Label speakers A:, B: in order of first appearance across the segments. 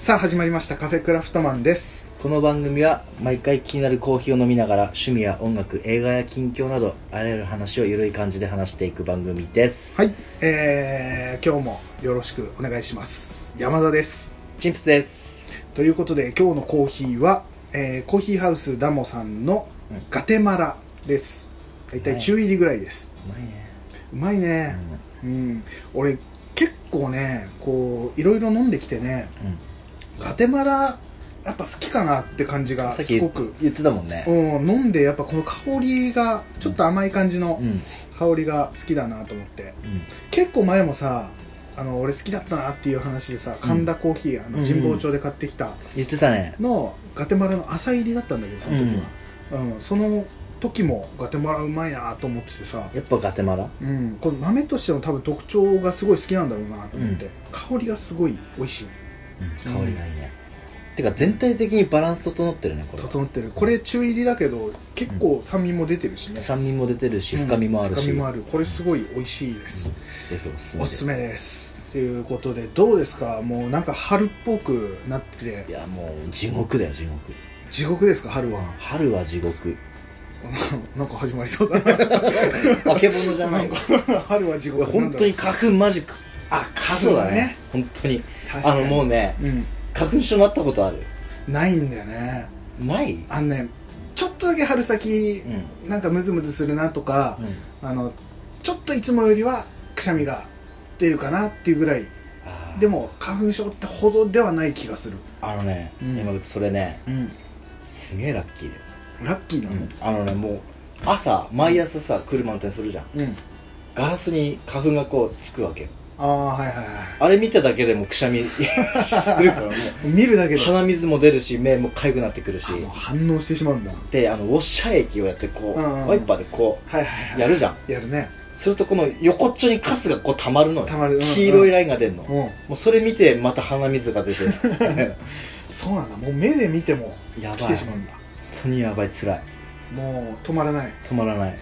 A: さあ始まりましたカフェクラフトマンです
B: この番組は毎回気になるコーヒーを飲みながら趣味や音楽映画や近況などあらゆる話をゆるい感じで話していく番組です
A: はいえー、今日もよろしくお願いします山田です
B: チンプスです
A: ということで今日のコーヒーは、えーコーヒーハウスダモさんの
B: うん
A: ガテマラです大体
B: はい
A: 中入りぐらいです、
B: うまいね、
A: うまいねうん俺結構ねこういろいろ飲んできてね
B: うんうん
A: ガテマラやっぱ好きかなって感じが
B: さっ
A: す
B: き
A: ごく
B: 言ってたもんね
A: うん飲んでやっぱこの香りがちょっと甘い感じの
B: うんうん
A: 香りが好きだなと思って結構前もさあの俺好きだったなっていう話でさ神田コーヒー、あ
B: う
A: の
B: ん
A: 神保町で買ってきた
B: 言ってたね
A: のガテマラの朝入りだったんだけどその時は、うんその時もガテマラうまいなと思っててさ、
B: やっぱガテマラ
A: うん、この豆としての多分特徴がすごい好きなんだろうなと思って、
B: うん
A: 香りがすごい美味しい
B: 香りがいいね、てか全体的にバランス整ってるねこれは
A: 整ってるこれ中入りだけど結構酸味も出てるしね、
B: 酸味も出てるし
A: うん
B: 深みもあるし、
A: 深みもあるこれすごい美味しいです、
B: ぜひおすすめ
A: おすすめですということでどうですかもうなんか春っぽくなってて
B: いやもう地獄だよ地獄
A: 地獄ですか春は
B: 春は地獄
A: なんか始まりそうだな
B: あけぼのじゃない
A: 春は地獄
B: 本当に
A: なんだろう
B: 花粉マジか
A: あ
B: ク
A: 数
B: ソ
A: だね
B: 本当に
A: 確
B: あ
A: かに
B: のもうね花粉症なったことある
A: うんないんだよね
B: ない
A: あのねちょっとだけ春先
B: うん、
A: なんかムズムズするなとか、あのちょっといつもよりはくしゃみが出るかなっていうぐらい
B: あー
A: でも花粉症ってほどではない気がする
B: あのね、
A: うん
B: 今僕それね
A: うん
B: すげえラッキーだよ、
A: ラッキーなの
B: あのねもう朝毎朝さ車運転するじゃん
A: うん、
B: ガラスに花粉がこうつくわけよ
A: ああはいはいはい
B: あれ見ただけでもうくしゃみ するからもう
A: 見るだけで
B: 鼻水も出るし目もかゆくなってくるし
A: あもう反応してしまうんだは
B: であのウォッシャー液をやってこう、
A: うんうんうん
B: ワイパーでこ
A: いはいはいう
B: やるじゃん
A: やるね
B: するとこの横っちょにカスがこう溜まるのよ
A: 溜まるうんうん
B: 黄色いラインが出るの、
A: うん
B: もうそれ見てまた鼻水が出て
A: そうなんだもう目で見ても
B: やばい
A: 来てしまうんだ
B: 本当にやばい辛い
A: もう止まらない
B: 止まらない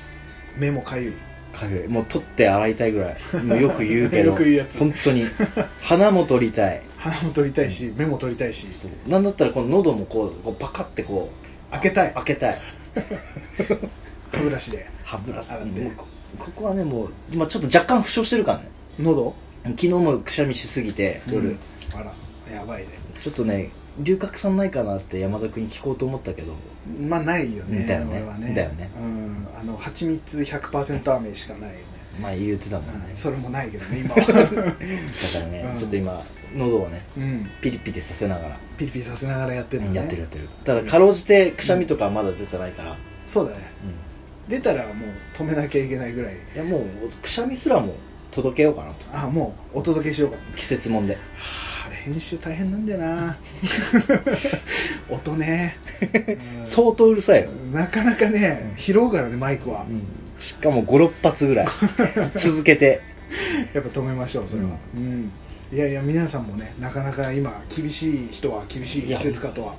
A: 目もかゆい
B: かゆいもう取って洗いたいぐらいもうよく言うけど
A: よく言うやつ
B: 本当に鼻も取りたい
A: 鼻も取りたいし、目も取りたいし
B: なんだったらこの喉もこうこうパカってこ
A: 開けた
B: う
A: い
B: 開けたい
A: 歯ブラシで
B: 歯ブラシ
A: 洗って
B: もうこここはねもう今ちょっと若干負傷してるからね
A: 喉
B: 昨日もくしゃみしすぎて夜、
A: うんあらやばいね
B: ちょっとね龍角散ないかなって山田君に聞こうと思ったけど
A: まあないよね
B: だよね
A: 俺はね
B: だよね
A: うんあの蜂蜜100%飴しかないよね、
B: まあ言ってたもんね、
A: うんそれもないけどね今 は
B: だからね、
A: うん
B: ちょっと今喉をね
A: うん
B: ピリピリさせながら
A: ピリピリさせながらやってるのね
B: やってるやってるただかろうじてくしゃみとかはまだ出てないから、
A: そうだね出たらもう止めなきゃいけないぐらい
B: いやもうくしゃみすらも届けようかなと
A: あもうお届けしようかと
B: 季節もんで
A: はああれ編集大変なんだよ な音ね、 うん
B: 相当うるさいよ、
A: なかなかね拾うからねマイクは
B: しかも56発 ぐらい続けて
A: やっぱ止めましょうそれはうん、いやいや皆さんもねなかなか今厳しい人は厳しい季節かとは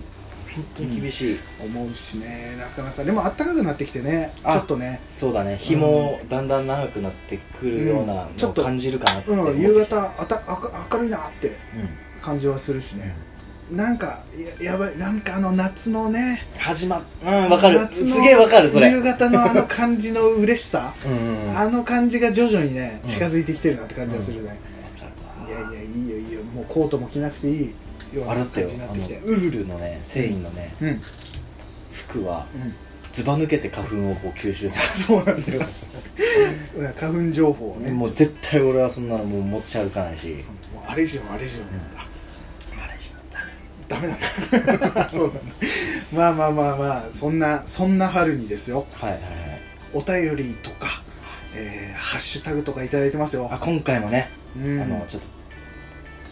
B: 本当に厳しい、
A: 思うしねなかなかでもあったかくなってきてねちょ
B: あ
A: っとね
B: そうだね日もだんだん長くなってくるような
A: うんち
B: の
A: ょっ
B: を
A: と
B: 感じるかなって思っ
A: う
B: て
A: ん
B: きた、
A: 夕方あたあ明るいなって
B: うん
A: 感じはするしねなんかややばいなんかあの夏のね
B: 始まっうんわかる
A: 夏の
B: すげえわかるそれ
A: 夕方のあの感じの嬉しさ
B: うんうんうんわ
A: あの感じが徐々にね
B: うん
A: 近づいてきてるなって感じがするね、
B: かる
A: いや
B: わ
A: いやいいよいいよもうコートも着なくていいよう
B: あれ
A: な
B: だった
A: 感
B: よ
A: じにな
B: あ
A: って
B: のウ
A: きて
B: ールのね繊維のね、
A: うんうん
B: 服はずば抜けて花粉をこう吸収する
A: そうなんだよ花粉情報をね
B: もう絶対俺はそんなのもう持ち歩かないし
A: そうもうあれ以上あれ以上なんだ、
B: あれしまっ
A: ダメ
B: たね
A: なん だそうなんだまあまあまあまあそんなそんな春にですよ
B: はいはいはい
A: お便りとか、えーハッシュタグとかいただいてますよ
B: あ、今回もね、
A: うん
B: あのちょっ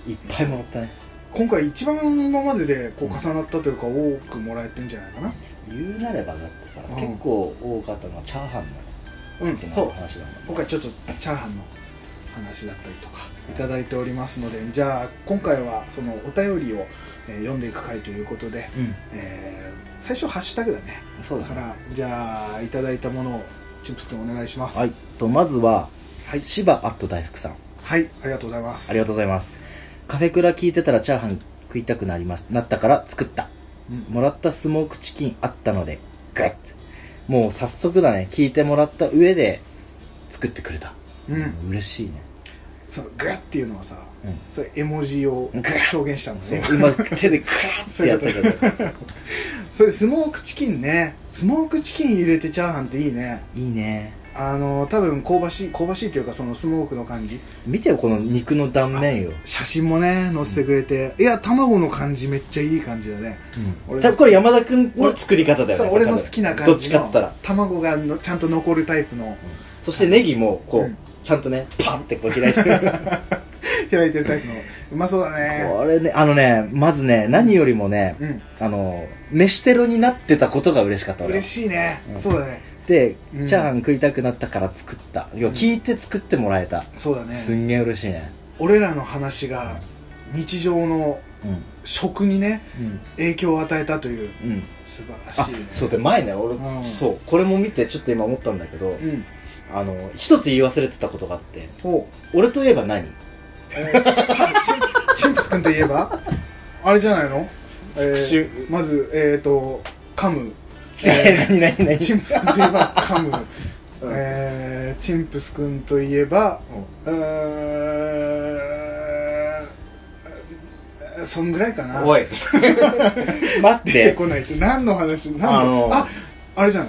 B: といっぱいもらったね
A: 今回一番今まででこう重なったというか多くもらえてんじゃないかな
B: 言うなればだってさ、
A: うん
B: 結構多かったのはチャーハンの
A: うん
B: そ
A: そうう
B: 話だもんね
A: 今回ちょっとチャーハンの話だったりとかいただいておりますのでじゃあ今回はそのお便りをえー読んでいく回ということで、えー最初ハッシュタグだね
B: うんそう
A: だ
B: だ
A: か
B: ね
A: らじゃあいただいたものをチップス君お願いします
B: はいとまずは
A: はい、
B: 芝アット大福さん
A: はい、ありがとうございます
B: ありが
A: と
B: とうございますカフェクラ聞いてたらチャーハン食いたくなりますなったから作った
A: うん
B: もらったスモークチキンあったのでグッもう早速だね聞いてもらった上で作ってくれた、
A: うん、
B: 嬉しいね
A: そのグッっていうのはさ、
B: うん
A: それ絵文字 を
B: グッ
A: 表現したんです
B: そう
A: ね
B: 今手でカーッてやったけど
A: それスモークチキンねスモークチキン入れてチャーハンっていいね
B: いいね
A: あの多分香ばしい香ばしいというかそのスモークの感じ
B: 見てよこの肉の断面よ、
A: 写真もね載せてくれて、いや卵の感じめっちゃいい感じだね
B: う
A: 俺の
B: ん、多分これ山田君の作り方だよね
A: そう
B: こ
A: 俺
B: れ多分
A: の好きな感じの
B: どっちかっつったら
A: 卵がのちゃんと残るタイプの
B: そしてネギもこう、
A: うん
B: ちゃんとねパンってこう開いてる
A: 開いてるタイプのうまそうだね
B: これねあのねまずね何よりもね
A: うん
B: あの飯テロになってたことが嬉しかった俺は
A: 嬉しいね、
B: うん
A: そうだね
B: で、
A: うん
B: チャーハン食いたくなったから作った要は聞いて作ってもらえた、
A: そうだ
B: す
A: ね
B: んげえ嬉しいね
A: 俺らの話が日常の
B: うん
A: 食にね
B: うん
A: 影響を与えたという
B: うん
A: 素晴ら
B: あ
A: しいね
B: そうで前ね俺、
A: うん
B: そうこれも見てちょっと今思ったんだけど、
A: うん
B: あの一つ言い忘れてたことがあって
A: おう
B: 俺といえば何
A: えーチンチンプス君といえばあれじゃないの、えー
B: 復
A: まずえっ、と噛む、
B: え
A: え
B: 何何
A: ー
B: 何
A: チンプス君といえば噛む、
B: うん
A: えーチンプス君といえばうーんそんぐらいかな
B: おい 待っ
A: 出て
B: て
A: こないって何の話
B: あ
A: 何の
B: の
A: ああれじゃん、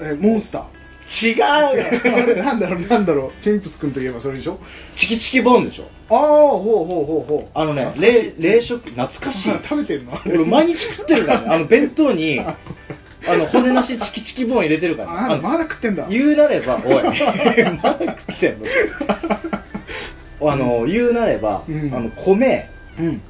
A: えーモンスター
B: 違う
A: あれ なんだろうなんだろうチンプス君といえばそれでしょ
B: チキチキボーンでしょ
A: ああほうほうほうほう
B: あのね
A: 懐かしい
B: 冷冷食懐かしい
A: あ食べてるのあれ
B: 俺毎日食ってるからねあの弁 当にあの骨なしチキチキボーン入れてるからね
A: あ
B: あの
A: まだ食ってんだ
B: 言うなれば おいまだ食ってんのあの言うなれば、
A: うん
B: あの米
A: うん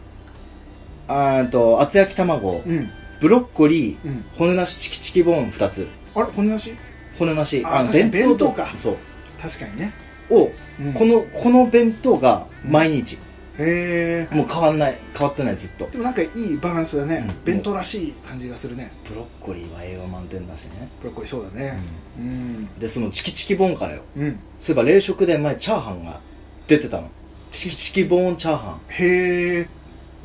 B: あーんと厚焼き卵、
A: うん
B: ブロッコリー、
A: うん
B: 骨なしチキチキボーン2つ
A: あれこんな話
B: 骨なし
A: あ
B: の
A: 確かに弁当
B: と
A: か
B: そう
A: 確かにね、
B: を、
A: うん
B: このこの弁当が毎日、
A: へえ
B: もう変わんない変わってないずっと
A: でもなんかいいバランスだね、
B: うん
A: 弁当らしい感じがするね
B: ブロッコリーは栄養満点だしね、
A: ブロッコリーそうだねうん
B: でそのチキチキボーンからよ
A: うん、
B: そういえば冷食で前チャーハンが出てたのチキチキボーンチャーハン
A: へえ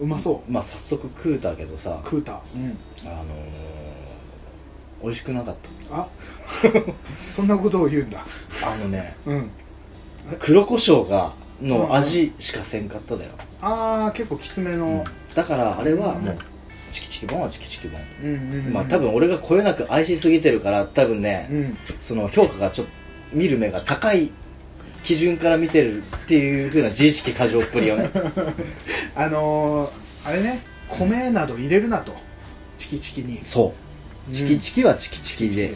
A: うまそ
B: まあ早速食うたけどさ
A: う食うたうん
B: あのー、美味しくなかっ
A: あ そんなことを言うんだ
B: たあの ね
A: うん
B: 黒胡椒が
A: うんうん
B: の味しかせんかっただよ、
A: ああ結構きつめの、
B: だからあれは
A: うん
B: もうチキチキボーンはチキチキボーン、
A: うん、うんうん、
B: まあ多分俺がこよなく愛しすぎてるから多分ね、
A: うん
B: その評価がちょっと見る目が高い基準から見てるっていう風な自意識過剰っぷりを ね
A: あのー、あれね米など入れるなとチキチキに
B: そう
A: うん
B: チキチキはチキチキで、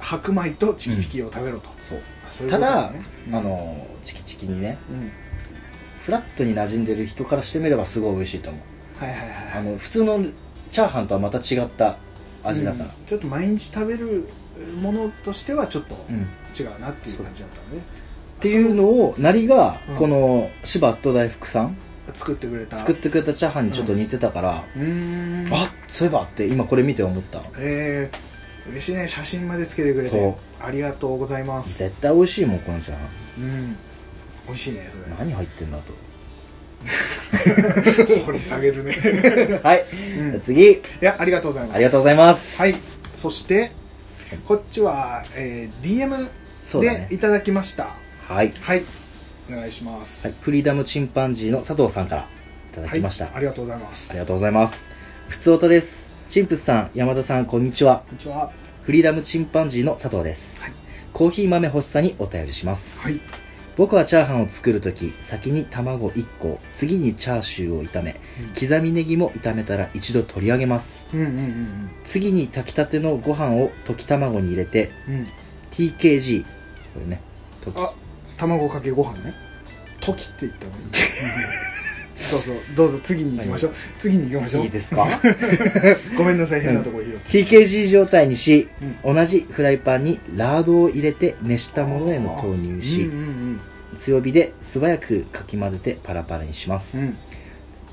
A: 白米とチキチキを食べろと、
B: そう
A: あそういうこ
B: た
A: と
B: だ、
A: ね
B: あのチキチキにね
A: うん
B: フラットに馴染んでる人からしてみればすごい美味しいと思う
A: はいはいはいはい
B: あの普通のチャーハンとはまた違った味だから
A: うんちょっと毎日食べるものとしてはちょっと
B: うん、っ
A: 違うなっていう感じだったのね
B: ていうのをなりが
A: うん
B: この芝アット大福さん
A: その作ってくれた
B: 作ってくれたチャーハンにちょっと似てたから、
A: うーん
B: あそういえばって今これ見て思った
A: えー、嬉しいね写真までつけてくれ
B: そう
A: てありがとうございます
B: 絶対美味しいもんこのチャーハ
A: うん美味しいね
B: ン何入ってんだと
A: それ 掘り下げる ね
B: はい、
A: うん
B: 次
A: いやありがとうございます
B: ありがとうございます
A: はいそしてこっちは、えー、
B: そ
A: DM
B: うだね
A: でいただきました
B: はい、
A: はいお願いします、
B: はい、フリーダムチンパンジーの佐藤さんからいただきました、
A: はいありがとうございます
B: ありがとうございます。ふつおたです。チンプスさん、山田さん、こんにちは。
A: こんにちは
B: フリーダムチンパンジーの佐藤です。
A: はい
B: コーヒー豆欲しさにお便りします。
A: はい
B: 僕はチャーハンを作るとき、先に卵1個、次にチャーシューを炒め、
A: うん
B: 刻みネギも炒めたら一度取り上げます。
A: うんうんうん
B: 次に炊きたてのご飯を溶き卵に入れて、
A: うんうん
B: TKG。これね。溶き
A: あ卵かけご飯ね時って言ったのうん どうぞどうぞ次に行きましょう次に行きましょ
B: いういですか
A: ごめんなさい変なとこ拾って
B: ?TKG 状態にし、同じフライパンにラードを入れて熱したものへの投入し、
A: うんうん
B: 強火で素早くかき混ぜてパラパラにしま
A: う
B: す、
A: んうん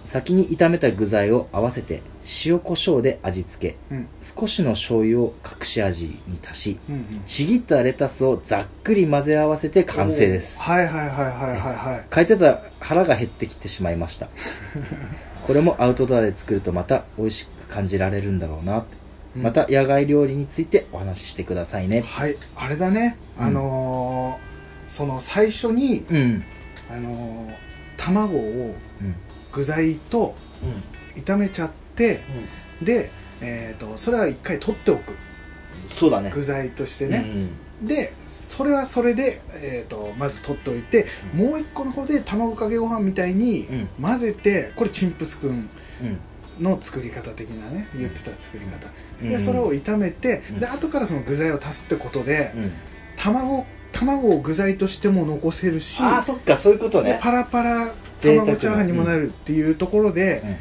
B: 先に炒めた具材を合わせて塩コショウで味付け
A: うん
B: 少しの醤油を隠し味に足し
A: うんうん
B: ちぎったレタスをざっくり混ぜ合わせて完成です
A: はいはいはいはいはいはい
B: 書いてたら腹が減ってきてしまいましたこれもアウトドアで作るとまた美味しく感じられるんだろうなって、
A: うん
B: また野外料理についてお話ししてくださいね
A: はいあれだね
B: うん
A: あのーその最初に、
B: うん
A: あのー卵を
B: うん
A: 具材と
C: うん
A: 炒めちゃってで、えー、とそれは一回取っておく
C: そうだね
A: 具材としてね、でそれはそれで、えー、とまず取っておいて、
B: うん
A: もう一個の方で卵かけご飯みたいに
B: うん
A: 混ぜてこれチンプスくん
B: うん
A: の作り方的なね言ってた作り方、
B: うん
A: でそれを炒めて、
B: うん
A: で後からその具材を足すってことで、
B: うん
A: 卵卵を具材としても残せるし
C: ああそっかそういうこと
A: で
C: ね
A: パラパラ
B: 贅沢な
A: 卵チャーハンにもなるっていうところで、
B: うん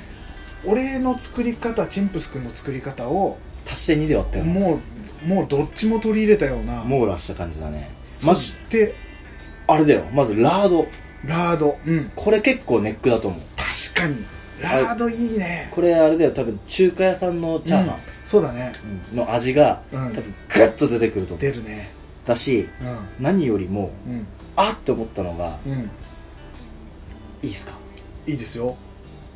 A: 俺の作り方チンプスくんの作り方を
B: 足して2で割ったよね
A: もうもうどっちも取り入れたような
B: 網羅した感じだね
A: そ
B: まず
A: して
B: あれだよまずラード
A: ラードうん
B: これ結構ネックだと思う
A: 確かにラードいいね
B: これあれだよ多分中華屋さんのチャーハ
A: うんそうだね
B: ンの味が
A: う
B: 多
A: ん
B: 分グッと出てくると思う
A: 出るね
B: だし
A: う
B: 何よりも
A: んうん
B: あって思ったのが
A: うん
B: いいですか
A: いいですよ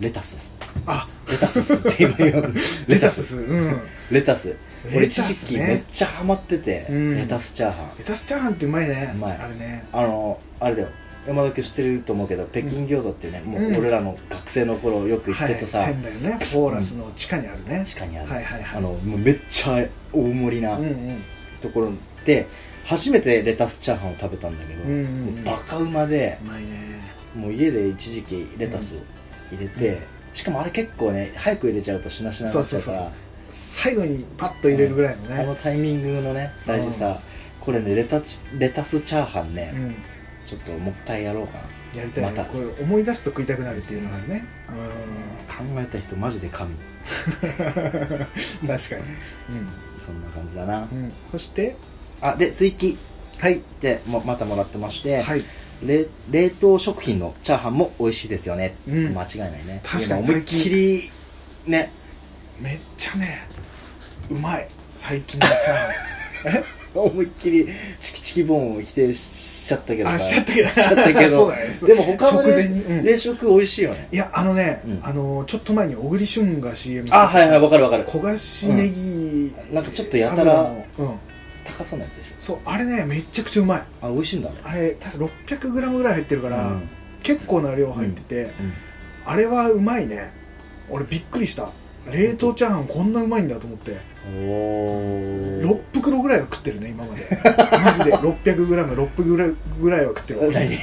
B: レタス
A: あ
B: レタ スって今言う
A: レタスうん
B: レタス 俺
A: レ
B: 一
A: タ
B: 時
A: ス
B: 期めっ
A: ね
B: ちゃハマってて
A: うん
B: レタスチャーハン
A: レタスチャーハンってうまいね
B: うまい
A: あれね
B: あのあれだよ山田君知ってると思うけど北京餃子っていうねもう
A: うん
B: 俺らの学生の頃よく行っ
A: は
B: て
A: い
B: たさ
A: 仙台のねポーラスの地下にあるね
B: 地下にある
A: はいはい
B: あ
A: はい
B: のもうめっちゃ大盛りな
A: うんうん
B: ところで初めてレタスチャーハンを食べたんだけど
A: うんうんうん
B: バカうまで
A: うまいね
B: もう家で一時期レタス入れて、しかもあれ結構ね早く入れちゃうとしなしなになっちゃうから
A: そうそう最後にパッと入れるぐらいの
B: あの
A: ね
B: タイミングのね大事さ、これねレタチレタスチャーハンね、
A: うん
B: ちょっともったいやろうかな
A: やりたい
B: ま
A: ね
B: た
A: これ思い出すと食いたくなるっていうのがあるね
B: 考えた人マジで神
A: うん確かに
B: そんな感じだな
A: うんうんそして
B: あで追記
A: はい
B: でもまたもらってまして、
A: はい
B: れ冷凍食品のチャーハンも美味しいですよね、
A: うん
B: 間違いないね
A: 確かに
B: 今思いっきりね
A: めっちゃねうまい最近のチャーハン
B: 思いっきりチキチキボーンを否定しちゃったけどさ
A: あしちゃったけど
B: しちゃったけ
A: そう
B: ど
A: だねそう
B: でも他の
A: 直前に
B: 冷
A: うん
B: 冷食美味しいよね
A: いやあのね、
B: うん
A: あのちょっと前に小栗旬が CM
B: あはいはい
A: い
B: わかるわかる
A: 焦がしネギ、
B: うんなんかちょっとやたら
A: 油のうん
B: 高そうなやつでしょ
A: そうあれねめちゃくちゃうまい
B: あ美味しいんだね
A: あれ確か 600g ぐらい入ってるから、
B: うん
A: 結構な量入ってて、
B: うん
A: あれはうまいね俺びっくりした冷凍チャーハンこんなうまいんだと思って
B: お
A: 6袋ぐらいは食ってるね 今までマジで 600g6 ぐらいは食ってる
B: 何お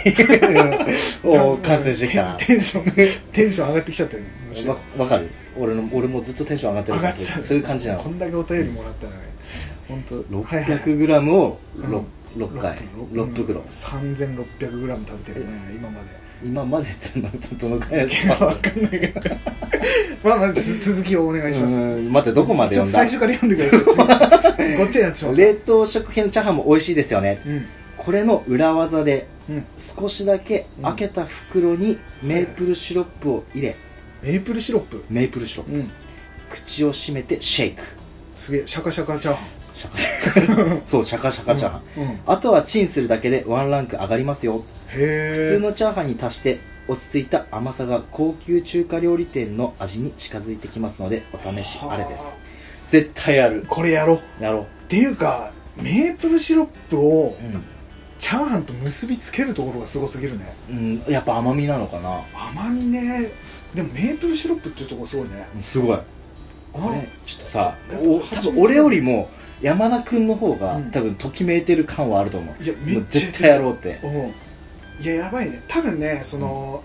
B: ー完成してきたな
A: テンションテンション上がってきちゃったよむしろ
B: わわかる俺の俺もずっとテンション上がってる
A: 上がってた
B: そういう感じな
A: こ
B: の
A: んだけお便りもらったらね本当
B: 600g を
A: うん
B: 6, 六回6袋
A: 3600g 食べてるね今まで
B: 今までってなるとどのくらいです
A: いや
B: か
A: わかんないけどまあまあつ続きをお願いします
B: うーん待ってどこまで
A: ちょっ
B: 読
A: と
B: ん
A: 最
B: だ
A: 初から読んでくださいごっちゃになってしまった
B: 冷凍食品のチャーハンも美味しいですよね
A: うん
B: これの裏技で
A: うん
B: 少しだけ開けた袋にメープルシロップを入れ
A: メープルシロップ
B: メープルシロップ
A: うん
B: 口を閉めてシェイク
A: すげえシャカシャカチャーハ
B: シャカシャ カそうシャカシャカ
A: ン
B: チャーハン、
A: うんうんへ
B: あとはチンするだけでワンランク上がりますよ普
A: え
B: 通のチャーハンに足して落ち着いた甘さが高級中華料理店の味に近づいてきますのでお試しあれです
A: は
B: 絶対やる
A: これやろうっ
B: やろ
A: ていうかメープルシロップを
B: ううん、
A: チャーハンと結びつけるところがすごすぎるね
B: うん、やっぱ甘みなのかな
A: 甘みねでもメープルシロップっていうところすごいね
B: すごい
A: あ
B: これちょっとさ
A: やっぱ
B: お
A: 蜂
B: 多
A: 蜜
B: 分俺よりも山田君の方が、
A: うん
B: 多分ときめいてる感はあると思う
A: いやめ
B: も
A: っ
B: う
A: ちゃ
B: 絶対やろうって
A: うんいややばいね多分ねその、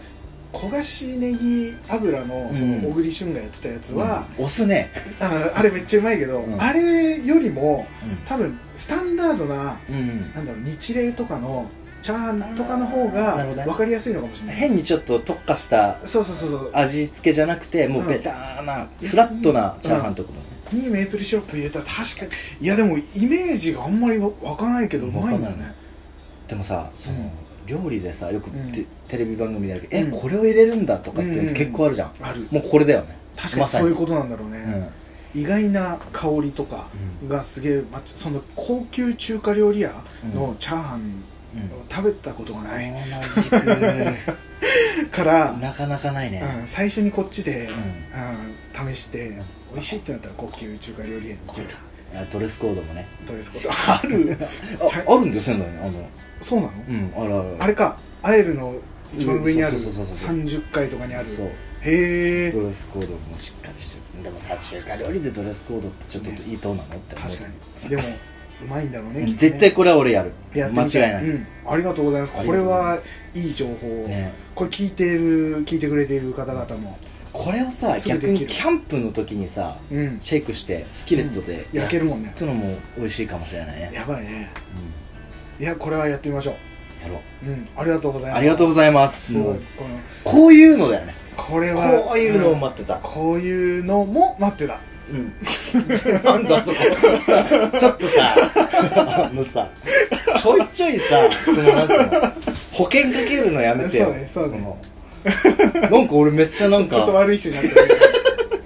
A: 焦がしネギ油のその
B: うん
A: 小栗旬がやってたやつは、
B: うん押すね
A: ああれめっちゃうまいけど、
B: うん
A: あれよりも
B: う、
A: 多分スタンダードなん
B: うん
A: なんだろう日例とかのチャーハンとかの方が
B: なるほどね
A: 分かりやすいのかもしれない、
B: 変にちょっと特化した
A: そうそうそうそう
B: 味付けじゃなくてもうベターな、フラットなチャーハンってことね、
A: にメープルシロップ入れたら確かにいやでもイメージがあんまりわ湧かないけどうまいんだ
B: 湧かな
A: ね
B: でもさその、
A: うん
B: 料理でさよく
A: うん
B: テ,、レビ番組でやるけど、
A: うん
B: えこれを入れるんだとかっていう
A: うん
B: の結構あるじゃん、
A: ある
B: もうこれだよね
A: 確かに
B: まさ
A: そういうことなんだろうね、
B: うん
A: 意外な香りとかがすげえ、ま、その高級中華料理屋のチャーハン
B: うん
A: を食べたことがない、
B: 同じく
A: から、
B: なかなかないね、
A: うん、最初にこっちで、
B: う
A: うん試して、美味しいってなったら高級中華料理屋に行ける
B: あドレスコードもね
A: ドレスコードあるちゃ
B: ああるんだよ仙台にあの
A: そうなの、
B: うんあるある
A: あれかアエルの一番上にある
B: うんそうそうそうそう
A: 30階とかにある
B: そう
A: へえ
B: ドレスコードもしっかりしてるでもさ中華料理でドレスコードってちょっといいとなのって思う
A: 確かにでもうまいんだろう
B: う
A: ね
B: ん
A: きっとね
B: 絶対これは俺やる
A: やって
B: 間
A: みた
B: 違いない、
A: うん、ありがとうございます
B: あり
A: こ
B: が
A: れ
B: とうございます
A: はいい情報、
B: ね
A: これ聞いてる聞いてくれている方々も、
B: これをさ
A: すぐで
B: 逆
A: きる
B: にキャンプの時にさ
A: うん、
B: シェイクしてスキレットで
A: 焼けるもんね
B: ってのも美味しいかもしれないね
A: やばいねいやこれはやってみましょ
B: うんやろう
A: う、うん、ありがとうございます
B: ありがとうございます
A: すごい
B: もう
A: この
B: こういうのだよね
A: これは
C: こういうのを待って
A: うん
C: た
A: こういうのも待ってた
C: うん
B: なんだ そこちょっとさあのさちょいちょいさそのなんつうの保険かけるのやめてよ
A: そうねそうね
B: このなんか俺めっちゃなんか
A: ちょっと悪い人になってる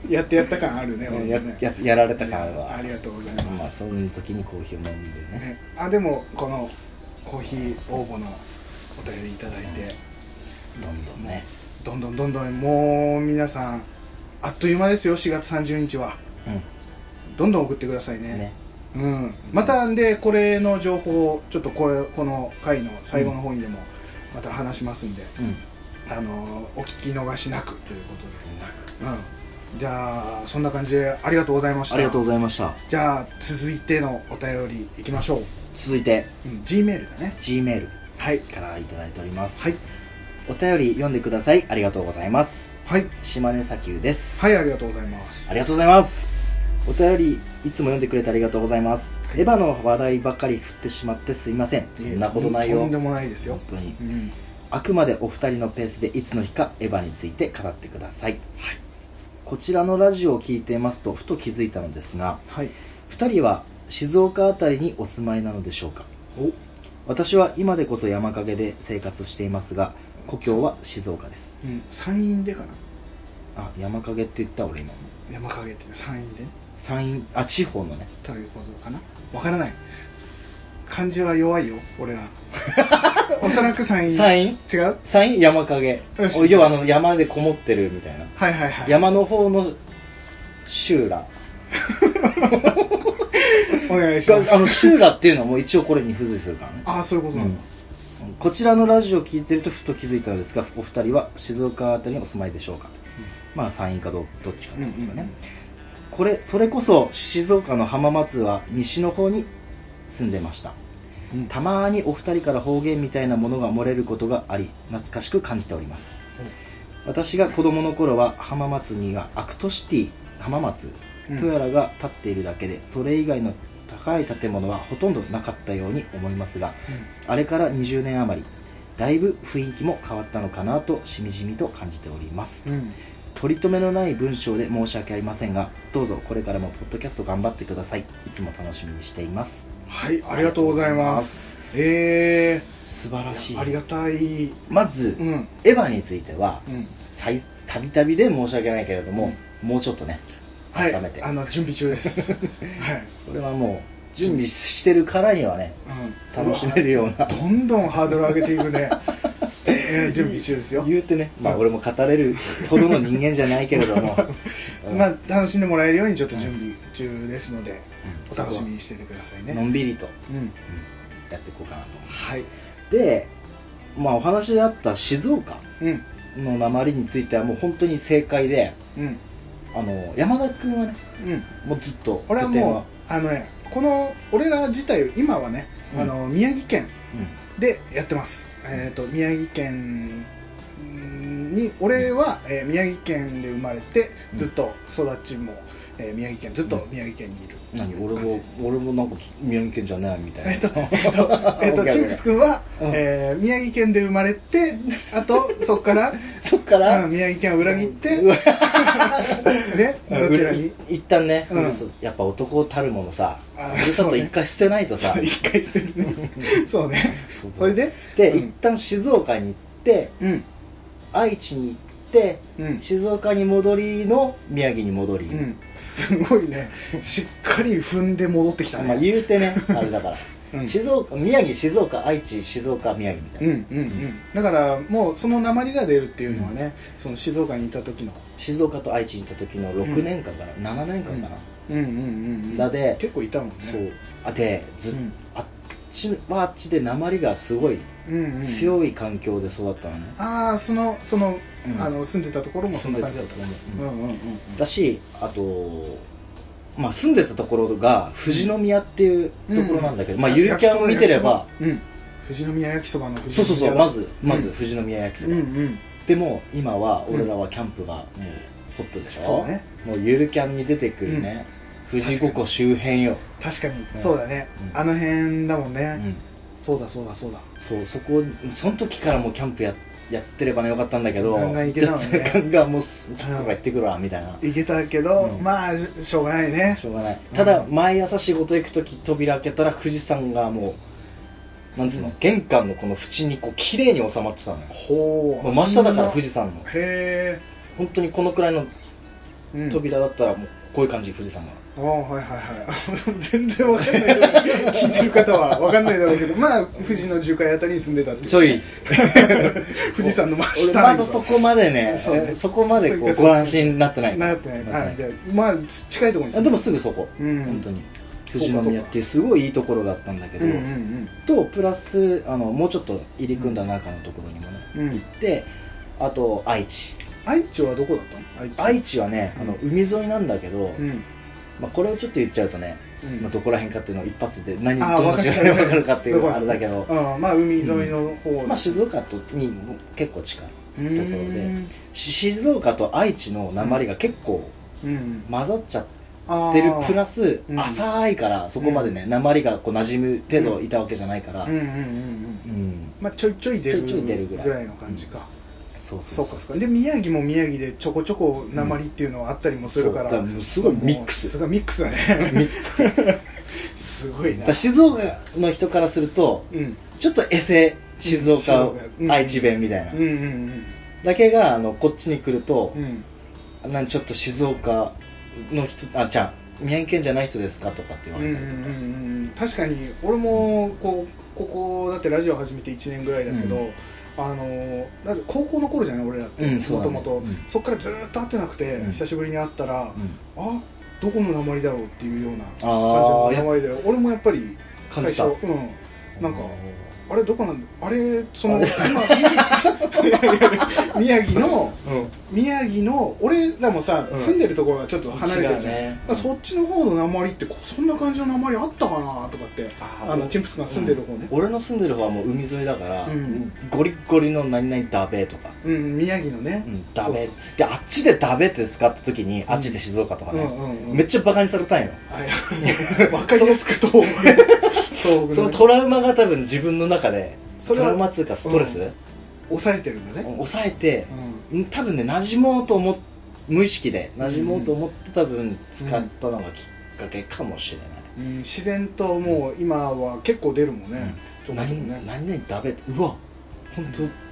A: け どやってやった感あるね俺
B: うん
A: も
B: や
A: ね
B: ややられた感は
A: ありがとうござい
B: ま
A: ま
B: あ
A: す、
B: その時にコーヒーを飲んでね
A: ね、あでもこのコーヒー応募のお便りいただいて
B: どんどんね
A: どんどんどんどんもう皆さんあっという間ですよ4月30日は
B: う
A: どんどん送ってください
B: ん
A: ね
B: ね
A: うん、またんでこれの情報をちょっとこれこの回の最後の方にでもまた話しますんで、
B: うん
A: あのお聞き逃しなくということで、うん、じゃあそんな感じでありがとうございました
B: ありがとうございました
A: じゃあ続いてのお便りいきましょう、
B: 続いて
A: うん、G メールだね
B: G メール
A: はい
B: からいただいております
A: はい
B: お便り読んでくださいありがとうございます
A: はい
B: 島根砂丘です
A: はいありがとうございます
B: ありがとうございますお便りいつも読んでくれてありがとうございます、
A: はい
B: エヴァの話題ばっかり振ってしまってすいませんそんなことない
A: と
B: よ
A: んでもないですよ
B: 本、当に
A: うん、
B: あくまでお二人のペースでいつの日かエヴァについて語ってください、こちらのラジオを聞いていますとふと気づいたのですが
A: はい
B: 二人は静岡あたりにお住まいなのでしょうか
A: お
B: 私は今でこそ山陰で生活していますが故郷は静岡です
A: うん、山陰でかな
B: あ山陰って言った俺今
A: 山陰って山陰で
B: 山陰あ地方のね
A: ということかなわからない漢字は弱いよ俺 らおそらく山陰
B: 山陰
A: 違う
B: 山陰山陰
A: よし
B: お要はあの山でこもってるみたいな
A: はいはいはい
B: 山の方の修羅
A: お願いします
B: あの修羅っていうのはもう一応これに付随するからね
A: ああそういうことなんだ、
B: こちらのラジオを聞いてるとふと気づいたのですがお二人は静岡あたりにお住まいでしょうかと、まあ山陰かどどっちかですけど
A: うん
B: ね、
A: うんうん
B: これそれこそ静岡の浜松は西の方に住んでました
A: うん
B: たまにお二人から方言みたいなものが漏れることがあり懐かしく感じております私が子供の頃は浜松にはアクトシティ浜松
A: うん
B: トやらが建っているだけで、それ以外の高い建物はほとんどなかったように思いますがあれから20年余りだいぶ雰囲気も変わったのかなとしみじみと感じております
A: うん、うん
B: 取り留めのない文章で申し訳ありませんがどうぞこれからもポッドキャスト頑張ってくださいいつも楽しみにしています
A: はいありがとうございますえ
B: 素晴
A: え
B: らしい
A: ありがたい
B: まず、
A: うん
B: エヴァについては
A: うん
B: さいたびたびで申し訳ないけれども、もうちょっとね
A: は
B: 改めて
A: いあの準備中です はい、
B: これはもう準備してるからにはね
A: うん、
B: 楽しめるような
A: どんどんハードル上げていくね、えー準備中ですよ
B: 言うてねまあ俺も語れるほどの人間じゃないけれ ども、うん
A: まあ楽しんでもらえるようにちょっと準備中ですので、
B: うん
A: お楽しみにしててくださいね
B: のんびりと
A: うん
B: やっていこうかなと思
A: はい
B: でまあお話であった静岡
A: うん
B: の鉛についてはもう本当に正解で
A: うん
B: あの山田君はね
A: うん
B: もうずっと
A: 俺は
B: 拠点
A: もうあのねこの俺ら自体今はね、
B: うん
A: あの宮城県
B: うん
A: でやってますえっ、と宮城県うんに俺は、えー宮城県で生まれて
B: うん
A: ずっと育ちも、えー宮城県ずっと宮城県にいる、
B: 何俺も俺もなんか宮城県じゃない みたいな
A: えっとえっ、と
B: OK OK
A: チンクス君は、
B: うん
A: えー宮城県で生まれてあ とそこから
B: そっから、
A: うん宮城県を裏切って、
B: うわ
A: ね、どちらに
B: い一旦ね、
A: うん
B: ふるさとやっぱ男たるものさ
A: あ
B: ふるさ
A: そ
B: と
A: うね
B: 一回捨てないとさ
A: 一回捨てるねそうね
B: そう
A: それで
B: で、
A: うん
B: 一旦静岡に行って
A: うん
B: 愛知に行って
A: うん
B: 静岡に戻りの宮城に戻り、
A: うんすごいねしっかり踏んで戻ってきた
B: まあ
A: ね
B: 言うてねあれだから
A: うん
B: 静岡宮城静岡愛知静岡宮城みたい
A: うん
B: な、
A: うんうんだからもうその鉛が出るっていうのはね、その静岡にいた時の
B: 静岡と愛知にいた時の6年間から、7年間かな、
A: うんうんうん
B: だで
A: 結構いたもんね
B: そうあでずっと、
A: うん
B: あっちはあっちで鉛がすごい
A: うんうん、
B: 強い環境で育ったのね、
A: ああそのその,、
B: うん
A: あの住んでたところもそんな感じだった
B: 住んでたと
A: う
B: ころ
A: ん
B: も
A: うんうんうん
B: だしあとまあ住んでたところが富士宮っていうところなんだけど、まあゆるキャンを見て
A: 焼き
B: れば
A: そばうん富士宮焼きそばの富士
B: そう
A: 宮
B: そうそう
A: だ
B: まずまず
A: うん
B: 富士宮焼きそ
A: うん
B: ば、
A: うん
B: でも今は俺らはキャンプがもうホットでし
A: そ
B: ょ、
A: うね
B: もうゆるキャンに出てくるね、富士五湖周辺よ、
A: 確かにそうだね、
B: うん
A: あの辺だもんね、
B: うん、
A: そうだそうだそうだ
B: そうそこその時からもうキャンプややってればねよかったんだけど
A: ガンガン行けたのね
B: ちょっとガンガンもうすちょっとか行ってくるわみたいな、
A: 行けたけど、
B: うん
A: まあしょうがないね
B: しょうがないただ毎朝仕事行く時扉開けたら富士山がもうなんつうの、玄関のこの縁にこう綺麗に収まってたのよ
A: ほ
B: もう真下だから富
A: 士
B: 士山の
A: へ
B: 本当にこのくらいの
A: え、うん
B: 扉だったらもうこういう感じ富士山が
A: ああはいはいはい 全然わかんないけど聞いてる方はわかんないだろうけどまあ富士の樹海あたりに住んでたっていう
B: ちょい
A: 富士山の真
B: 俺
A: 下
B: まだそこまでね
A: そうね
B: そこまで
A: そう
B: こ
A: いううこと
B: ご安心になってない
A: なってない
B: な
A: あ
B: っ
A: じ
B: て
A: ゃ
B: ない
A: あまあつ近いところに住
B: あ
A: ん
B: で
A: で
B: もすぐそこ
A: うん
B: 本当に富士宮っていうすごいいいところだったんだけど
A: うんうん
B: とプラスあのもうちょっと入り組んだ中のところにもね
A: うんうん
B: であと愛知
A: 愛知はどこだったの愛知
B: 愛知はね、
A: うん
B: あの海沿いなんだけど、
A: うん
B: まあ、これをちょっと言っちゃうとね、
A: うん
B: まあ、どこら辺かっていうのを一発で何
A: あー
B: どんな仕事が
A: わかる
B: 分かるかってい
A: す
B: う
A: ごい
B: あれだけど、
A: うんまあ海沿いの方
B: まあ、静岡とにも結構近い
A: うん
B: ところでし静岡と愛知の鉛が結構
A: うん
B: 混ざっちゃっ
A: あー
B: てるプラス
A: うん
B: 浅いからそこまでね鉛がこう馴染む程度いたわけじゃないから、
A: うんうんうんうん
B: うん
A: まあちょいちょい出る
B: ちょいちょい出るぐらい
A: の感じか
B: そう
A: そ
B: そう
A: うかそうかで宮城も宮城でちょこちょこ鉛っていうのはあったりもするから
B: そうだからすごいミック
A: す
B: ス
A: ごいミックスだ
B: ミ
A: ね
B: ックス
A: すごい
B: だ
A: な
B: から静岡の人からすると
A: うん
B: ちょっとエセ静岡
A: うん静岡うん
B: 愛知弁みたいな、
A: うんうん
B: だけがあのこっちに来ると
A: うんう、ん
B: なんちょっと静岡の人あじゃあ宮城県じゃない人ですかとかって言
A: う
B: わ
A: んうん
B: れ
A: う
B: たりとか、
A: んうん確かに俺もこうここだってラジオ始めて1年ぐらいだけど、
B: う
A: あのーだって高校の頃じゃない俺らって
B: うん
A: も
B: そうだ
A: と
B: ね
A: もと
B: うん
A: そっからずーっと会ってなくて、
B: うん
A: 久しぶりに会ったら、
B: うん
A: あどこの鉛だろうっていうような感じ
B: あ
A: の
B: ー
A: 鉛だよ俺もやっぱり
B: 感
A: 最
B: じ
A: 初
B: た
A: うんなんかあれどこなんだあれその
B: あ
A: 今
B: れ
A: 宮宮城の
B: うん
A: 宮城の俺らもさ、
B: うん
A: 住んでるところがちょっと離れてるじゃん、
B: 違うね
A: だからそっちの方の鉛ってこそんな感じの鉛あったかなとかって
B: あー
A: あのチンプスが住んでる方ね、
B: 俺の住んでる方はもう海沿いだから、
A: うん
B: ゴリッゴリの何々ダベとか、
A: うん宮城のね、
B: うん、ダ
A: そう
B: ベ
A: そう
B: であっちでダベって使った時に、あっちで静岡とかね、
A: うんうんうん
B: めっちゃバカにされたんよ
A: あいやわかりやすく東北東北
B: そ
A: のね
B: のトラウマが多分自分の中で
A: そ
B: ト
A: れは
B: ラウマっつうかストレス、
A: うん抑えてるんだね、
B: 抑えて
A: う、ん
B: うん多分ね馴染もうと思っ無意識で馴染もうと思って多分使ったのがきっかけかもしれない、
A: うん、自然ともう今は結構出るもんね、ちょこちょこ
B: 何
A: ね
B: 何々だべってうわ本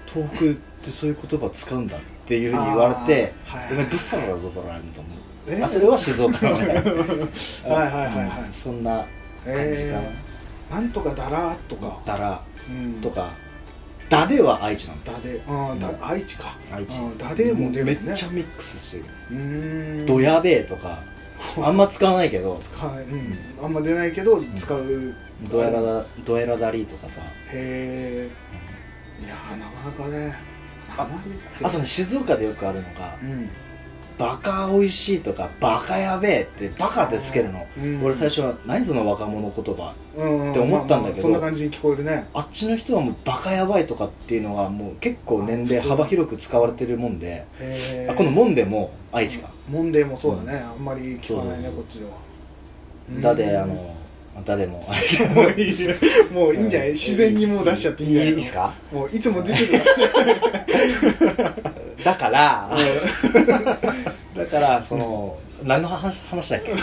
B: 当東北ってそういう言葉使うんだっていうふうに言われて
A: あーはい
B: お前ぶっさらだぞこらみたい
A: え
B: なあそれは静岡 のねは
A: は
B: い
A: いはいはい
B: うんそんな感じか
A: えー、なんとかだらーと
B: な
A: か、
B: だら
A: うん
B: とかだでは愛知なんだ
A: だで、うんだ
B: うん
A: 愛知か
B: 愛知
A: うんだでも出るね
B: めっちゃミックスしてる
A: うーん
B: どやべえとかあんま使わないけど
A: 使わない、うん、あんま出ないけど使う、
B: ドエラだドエラダリーとかさ
A: へえいやーなかなかね
B: あ
A: あまりって
B: あとね静岡でよくあるのが
A: うん
B: バカ美味しいとかバカやべえってバカってつけるの、
A: うん
B: 俺最初は何その若者言葉
A: うんうん
B: って思ったんだ
A: まあま
B: けど
A: あそんな感じに聞こえるね
B: あっちの人はもうバカやばいとかっていうのがもう結構年齢幅広く使われてるもんで、
A: へえ
B: あこの「もんで」も愛知か、
A: モンデーもそうだね、あんまり聞かないね
B: そうそうそう
A: こっちでは
B: だで
A: うん
B: あのだでも 愛知
A: もういいよもういいんじゃない、自然にもう出しちゃっていいんじゃない
B: い
A: の
B: いっすか
A: もういつも出てる から
B: だから、 だからその、何の話話だっけ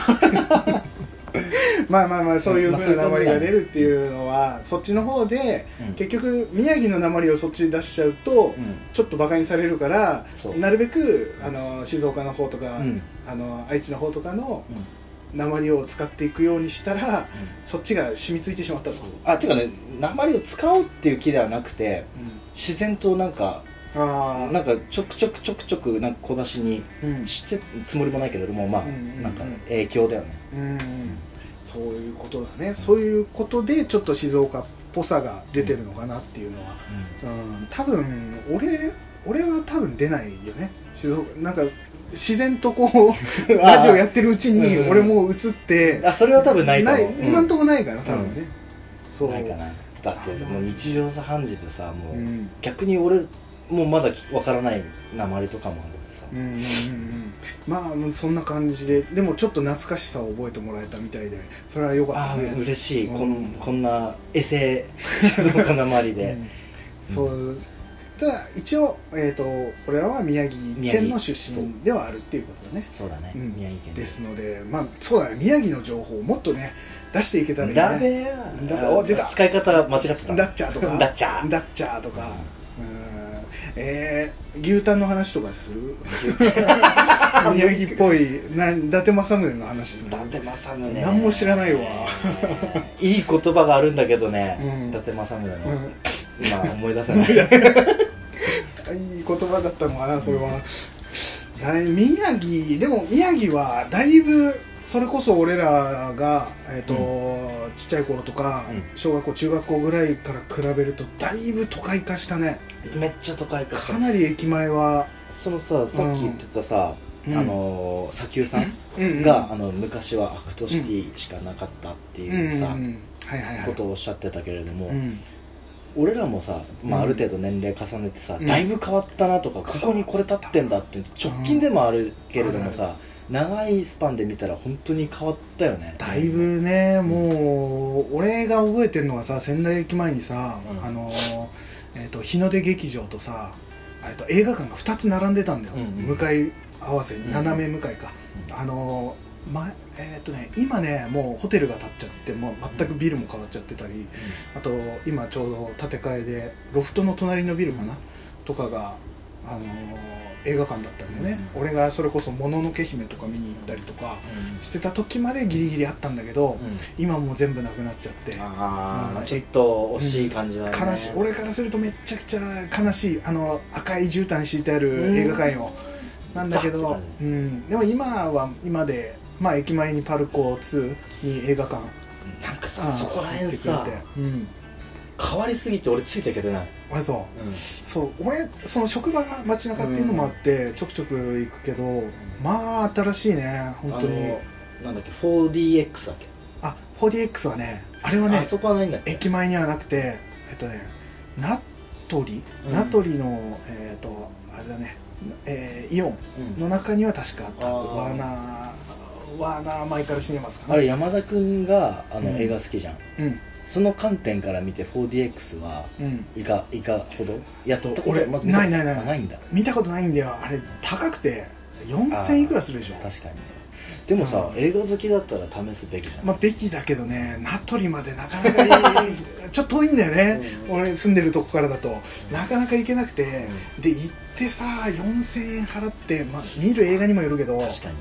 A: まあまあまあそういう
B: まあ
A: ふうな
B: そうい
A: 鉛
B: う感じだ
A: が
B: ね
A: 出るっていうのはそっちの方で、
B: うん
A: 結局宮城の鉛をそっちに出しちゃうと、
B: うん
A: ちょっとバカにされるから
B: そう
A: なるべくあの静岡の方とか、
B: うん
A: あの愛知の方とかの
B: うん
A: 鉛を使っていくようにしたら、そっちが染みついてしまったと、
B: あていうかね鉛を使おうっていう気ではなくて
A: う
B: 自然となんか
A: ん、ああ
B: なんかちょくちょくちょくちょくなんか小出しに
A: うん
B: してつもりもないけれどもまあ
A: うんうんうん
B: なんか影響だよね
A: うんそういうことだねそういうことでちょっと静岡っぽさが出てるのかなっていうのは、うん、多分俺俺は多分出ないよね静岡なんか自然とこ うラジオやってるうちに
B: うん
A: 俺も映って
B: あそれは多分ないと思ううん
A: 今んとこないから多分ね、そう
B: ないかなだってもう日常茶飯事でさも
A: う
B: うん逆に俺もうまだわからない鉛とかもあるけどさ
A: うんうんうんうんまあそんな感じででもちょっと懐かしさを覚えてもらえたみたいでそれは良か
B: あ
A: っ
B: あ
A: たね
B: 嬉しい、
A: うん
B: こんこんなエセ静岡なまり
A: う
B: で
A: んそうただ一応、えー、と俺らは宮城
B: 宮
A: 県
B: 城
A: の出身ではあるっていうことだね
B: そうだね、
A: うん
B: 宮城県
A: ですのでまあそうだね宮城の情報をもっとね出していけたらいいね
B: だべや
A: だべお出た
B: 使い方間違ってた
A: ダッチャーとか
B: ダッチャー
A: ダッチャーとかうんえー、牛タンの話とかする 宮城っぽいな伊達政宗の話す
B: 伊
A: る
B: 達政宗
A: 何も知らないわ
B: えー いい言葉があるんだけどね、
A: うん
B: 伊達政宗
A: う
B: の、
A: ん
B: 今思い出せな い
A: いい言葉だったのかなそれは、だい宮城でも宮城はだいぶそれこそ俺らが、えーとちっちゃい頃とか、
B: うん
A: 小学校中学校ぐらいから比べるとだいぶ都会化したね
B: めっちゃ都会化した
A: かなり駅前は、
B: そのささっき言ってたさ、
A: うん
B: あのー砂丘さん
A: うんうん
B: が、あの昔はアクトシティしかなかったって
A: う
B: いうんさ、
A: うんはいはいはい
B: ことをおっしゃってたけれども、
A: うん
B: 俺らもさ、まあ、
A: う
B: あ
A: ん
B: る程度年齢重ねてさ、
A: うん
B: だいぶ変わったなとか、ここにこれ立ってんだって直近でもあるけれどもさ、長いスパンで見たら本当に変わったよね
A: だいぶねもう俺が覚えてるのはさ仙台駅前にさ、
B: うん
A: あのーえー、と日の出劇場とさえーと映画館が2つ並んでたんだよ、
B: うんうん
A: 向かい合わせ
B: ん
A: 斜め向かいか、
B: うん
A: あのーまえっ、とね今ねもうホテルが建っちゃってもう全くビルも変わっちゃってたり、あと今ちょうど建て替えでロフトの隣のビルかなとかが、あのー映画館だったんでね、俺がそれこそ「もののけ姫」とか見に行ったりとかしてた時までギリギリあったんだけど、
B: うん
A: 今もう全部なくなっちゃって
B: ああ、
A: うん
B: ちょっと惜しい感じはあるね
A: 悲しい俺からするとめちゃくちゃ悲しいあの赤い絨毯敷いてある映画館よなんだけ
B: ザ
A: ど、うん、でも今は今で、まあ、駅前にパルコ2に映画館
B: なんかさ
A: あ
B: そこら辺
A: 入っ
B: さ
A: てくれてうん
B: 変わりすぎて俺ついていけてない、
A: あそう
B: うん
A: そう俺その職場が街中っていうのもあって、ちょくちょく行くけどまあ新しいね本当に
B: あのなんだっけ 4DX だっけ
A: あ 4DX はねあれは
B: あ
A: ね
B: そこはないんだっけ
A: 駅前にはなくてえっとね名取
B: うん
A: 名取のえっとあれだねえーイオン
B: うん
A: の中には確かあったはず
B: あー
A: ワーナーワーナーマイカルシネマスかな
B: あれ山田君があの、
A: うん
B: 映画好きじゃん
A: うん
B: その観点から見て 4DX は
A: うん
B: いかいかほどやっと
A: 俺
B: ず見たこと
A: ないないない
B: あないんだ
A: 見たことないんだよあれ高くて4000いくらするでしょ
B: 確かにでもさ、
A: う
B: 映画好きだったら試すべきじゃん、
A: まあ、べきだけどね、名取までなかなか いいちょっと遠いんだよね、
B: う
A: 俺住んでるとこからだと、なかなか行けなくて、で行ってさ、4000円払って、まあ、見る映画にもよるけど、
B: 確かにね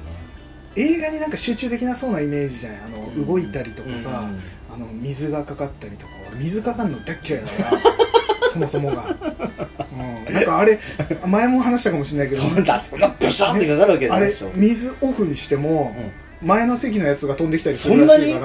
A: 映画になんか集中できなそうなイメージじゃない、あの、
B: うん
A: 動いたりとかさ、
B: うん
A: あの水がかかったりとか、俺水かかるの大っ嫌いだから、 そもそもが、うん、なんかあれ、前も話したかもしれないけど、
B: そうだそんなブシャーってかかるわけ
A: あ
B: ない
A: れ
B: でしょ、
A: 水オフにしても、前の席のやつが飛んできたりするらしいか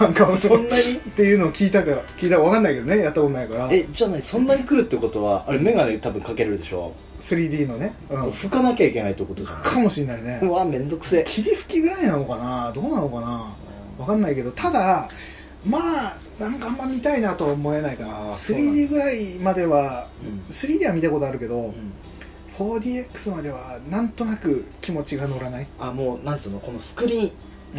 A: ら、なん
B: う
A: か
B: ん、そんなに
A: っていうのを聞いたか聞いたか分かんないけどねやったことないから
B: えじゃあ何そんなに来るってことはあれ眼鏡多分かけるでしょ、
A: 3D のね、うん、
B: 拭かなきゃいけないってことじゃん
A: かもしれないね
B: うわめんどくせえ
A: 霧吹きぐらいなのかなどうなのかな分かんないけどただまあなんかあんま見たいなとは思えないかな
B: あーそうなんだ
A: 3D ぐらいまでは
B: うん、
A: 3D は見たことあるけど、
B: うん
A: 4DX まではなんとなく気持ちが乗らない
B: あもうなんつうのこのスクリーン
A: うん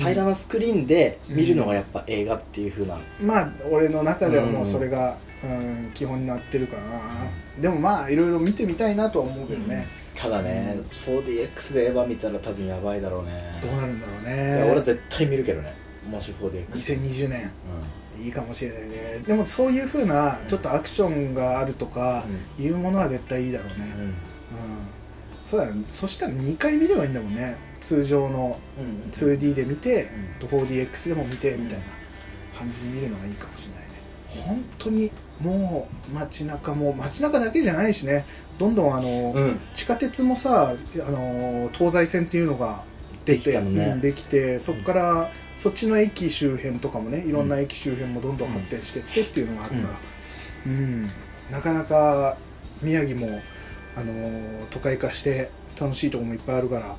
B: 平らなスクリーンで見るのがやっぱ映画っていう風な、
A: まあ俺の中ではもうそれが、うん基本になってるかな、でもまあいろいろ見てみたいなとは思うけどね、
B: ただね、
A: うん
B: 4DX でエヴァ見たら多分やばいだろうね
A: どうなるんだろう
B: いや俺
A: ね
B: 絶対見るけどねもし 4DX、
A: 2020年
B: うん
A: いいかもしれないねでもそういうふうなちょっとアクションがあるとかいうものは絶対いいだろうね、
B: うん
A: うんそうだよねそしたら2回見ればいいんだもんね通常の
C: うん
A: 2D で見て、
B: うん
A: あと 4DX でも見てみたいな感じで見るのがいいかもしれないね本当にもう街中も街中だけじゃないしねどんどんあの、
C: うん
A: 地下鉄もさあの東西線っていうのが出
B: でき
A: て
B: たのね
A: うんできてそこからそっちの駅周辺とかもねいろんな駅周辺もどんどん発展してってっていうのがあったら、うんなかなか宮城もあの都会化して楽しいとこもいっぱいあるから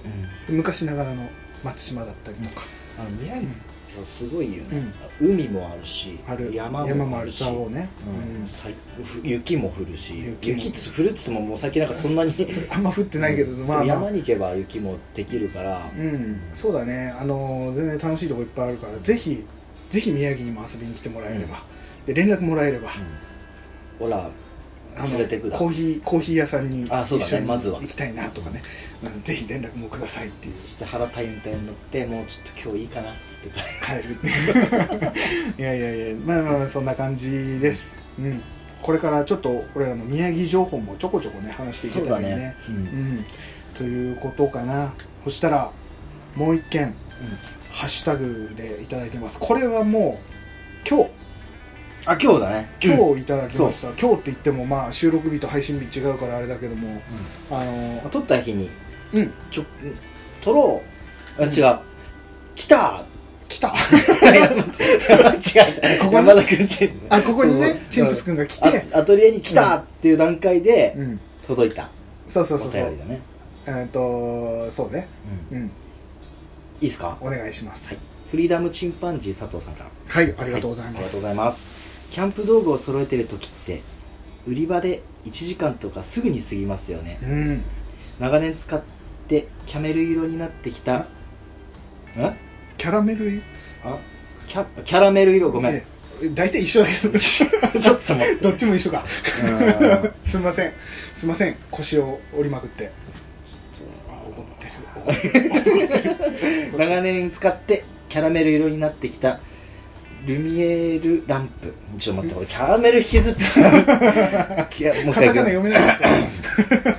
B: うん
A: 昔ながらの松島だったりとか、
B: あの宮
A: う
B: 城
A: ん
B: そうすごいよね、海もあるし
A: ある
B: 山も
A: もある
B: し
A: 蔵王ね、
B: うん
A: うん
B: さふ雪も降るし
A: 雪
B: 雪
A: も
B: つ降るっつってももう先なんかそ んなに
A: あんま降ってないけど、まあ、まあ、
B: 山に行けば雪もできるから、
A: うん、そうだね、あの全然楽しいとこいっぱいあるから、ぜひ、ぜひ宮城にも遊びに来てもらえれば、で連絡もらえれば、
B: ほら
A: あの
B: 連れてくだ
A: コーヒーコーヒー屋さんに
B: あそうだね
A: 一緒に
B: まずは
A: 行きたいなとかね、うんぜひ連絡もくださいっていう、
B: そして腹タイムタイム乗ってもうちょっと今日いいかなっつって帰る
A: 帰る いやいやいや、まあまあまあ、そんな感じです、うん、これからちょっと、俺らの宮城情報もちょこちょこね、話していけたらいいね。
B: うん
A: うん、ということかなそしたらもう一件、ハッシュタグでいただいてますこれはもう今日
B: あ今日だねうん
A: 今日いただきました、今日って言ってもまあ収録日と配信日違うからあれだけどもあの
B: 撮った日に
A: うん
B: ちょ撮ろうあ
A: うん
B: 違う、来た
A: 来た
B: 違う 違う
A: ここに
B: 山田君ち
A: あここに
B: そう
A: ね
B: そう
A: チンプス君が来て
B: あアトリエに来たっていう段階で
A: うん
B: 届いた
A: そうそ
B: お
A: うそうそう
B: 便りだね
A: えっとそうねうん
B: いいですか
A: お願いします
B: はいフリーダムチンパンジー佐藤さんから
A: はいありがとうござい
B: あり
A: ま
B: がとうご
A: す
B: ざいますキャンプ道具を揃えてる時って売り場で1時間とかすぐに過ぎますよね
A: うん
B: 長年使ってキャメル色になってきたん
A: キャラメル
B: あキャキャラメル色ごめん、
A: ね大体一緒だけど
B: ちょっと待って
A: どっちも一緒か
B: うん
A: すみませんすみません腰を折りまくってあ怒ってる怒ってる
B: 長年使ってキャラメル色になってきたルミエールランプちょっと待って俺キャラメル引き ずってたいやもう一
A: カタ
B: 回
A: カナ
B: 行くよ
A: 読めなくなっちゃう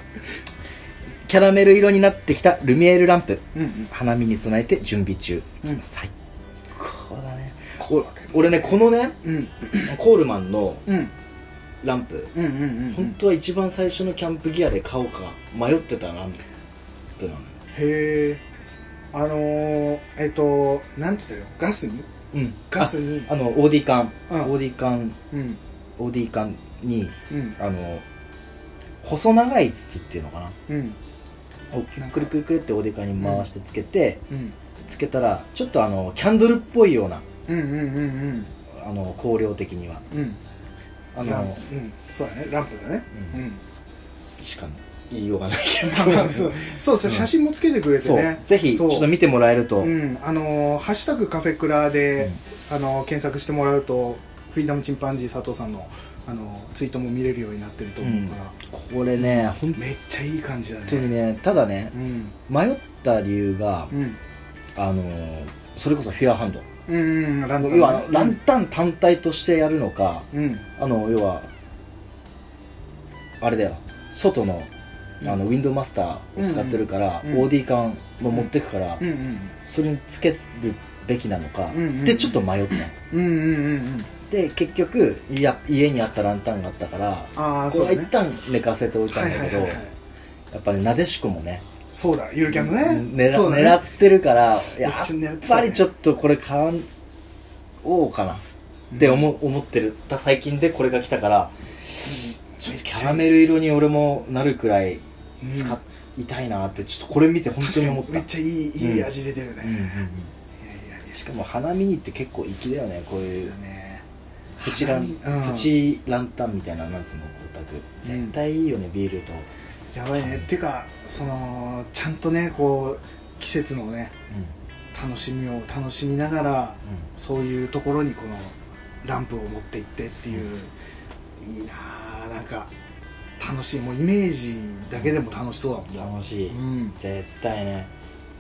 B: キャラメル色になってきたルミエールランプ
A: うんうん
B: 花見に備えて準備中、
A: うん
B: 最高だねこ俺ねこのね
A: うん
B: コールマンの
A: うん
B: ランプ
A: うんうんうんう
B: 本
A: ん
B: 当は一番最初のキャンプギアで買おうか迷ってたランプなのよ
A: へえあのー、えっ、となんて言ったらいいのガスに
B: うん
A: ガスに
B: ああの OD 缶、
A: うん
B: OD 缶
A: うん
B: OD 缶に
A: うん
B: あの細長い筒っていうのかな
A: うん
B: を
A: なんか
B: くるくるくるって OD 缶に回してつけて、
A: うん
B: つけたらちょっとあのキャンドルっぽいような
A: うんうんうん
B: あの香料的には
A: うんうん
B: あ
A: ラン
B: の、
A: うんそうだねランプだね
B: う
A: うんん
B: しか言いようがないけど
A: まあまあ そうそうそう写真もつけてくれて
B: そう、
A: ね
B: ぜひち
A: そ
B: ょ
A: う
B: っと見てもらえると、
A: うん、あのーハッシュタグカフェクラ」で、あのー検索してもらうとフリーダムチンパンジー佐藤さんの、あのーツイートも見れるようになってると思うから、
B: これね本
A: めっちゃいい感じだ
B: 当に
A: ね
B: ねただね
A: うん
B: 迷った理由が
A: う、ん
B: あのーそれこそフェアハンド
A: うんランタン
B: 要はあのランタン単体としてやるのか、
A: うん
B: あの要はあれだよ外のあの、
A: うん
B: ウィンドウマスターを使ってるから、
A: うんうん
B: OD 缶も持ってくから、
A: うん
B: それにつけるべきなのか、
A: うんうん
B: でちょっと迷った
A: うんうんうんうんうん
B: で結局いや家にあったランタンがあったから
A: ああ
B: こ
A: そ
B: れ
A: う
B: は
A: だ
B: 一
A: ね
B: 旦寝かせておいた
A: は
B: ん
A: いは
B: だ
A: い
B: け
A: は
B: ど、
A: いはい
B: やっぱりなでしこもね
A: そうだゆるキャンの
B: ね
A: ねそうだね
B: 狙ってるから
A: めっ
B: や
A: ちゃ狙っ
B: って
A: た
B: ぱ
A: ね
B: りちょっとこれ買おうかなって思,、思ってるた最近でこれが来たからちょっとキャラメル色に俺もなるくらい
A: うん
B: 使いたいなってちょっとこれ見て本当
A: 確
B: に
A: か
B: 思っ
A: に
B: た
A: めっちゃいいいい味出てるね、
B: うんうんうん
A: いやいやいや
B: しかも花見にって結構粋だよねこういう
A: ね
B: プチラン、
A: 花見うん
B: プチランタンみたいななんつうの光沢
A: うん
B: 絶対いいよねビールと、
A: やばいねてかそのちゃんとねこう季節のね楽しみを楽しみながらそういうところにこのランプを持って行ってっていう、いいなあなんか楽しいもうイメージだけでも楽しそうだもん、
B: 楽しい、
A: うん、
B: 絶対ね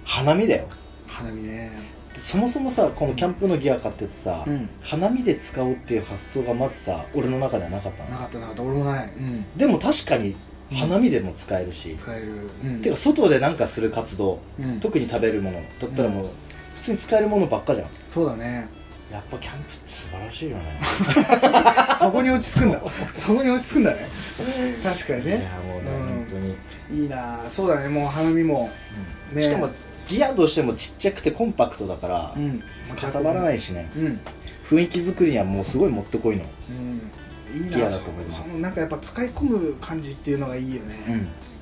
B: 花見だよ
A: 花見ね
B: そもそもさこのキャンプのギア買っててさ、
A: うん
B: 花見で使おうっていう発想がまずさ俺の中ではなかった
A: な
B: の
A: かったなかった俺もない、うん、
B: でも確かに
A: うん
B: 花見でも使えるし、
A: 使える、うん、
B: てか外でなんかする活動、
A: うん
B: 特に食べるものだったらもう普通に使えるものばっかじゃん
A: そうだね
B: やっぱキャンプって素晴らしいよね
A: そこに落ち着くんだそこに落ち着くんだね 確かに
B: い
A: ね
B: やもうね、
A: うん
B: 本当に、
A: いいなあそうだねもう花見もね
B: しかもギアとしてもちっちゃくてコンパクトだから、
A: うん
B: かさばらないいしね
A: うん
B: 雰囲気作りにはもうすごいもってこいの
A: うんいい
B: ギ
A: な
B: ア
A: あ
B: だと思います
A: そのなんかやっぱ使い込む感じっていうのがいいよね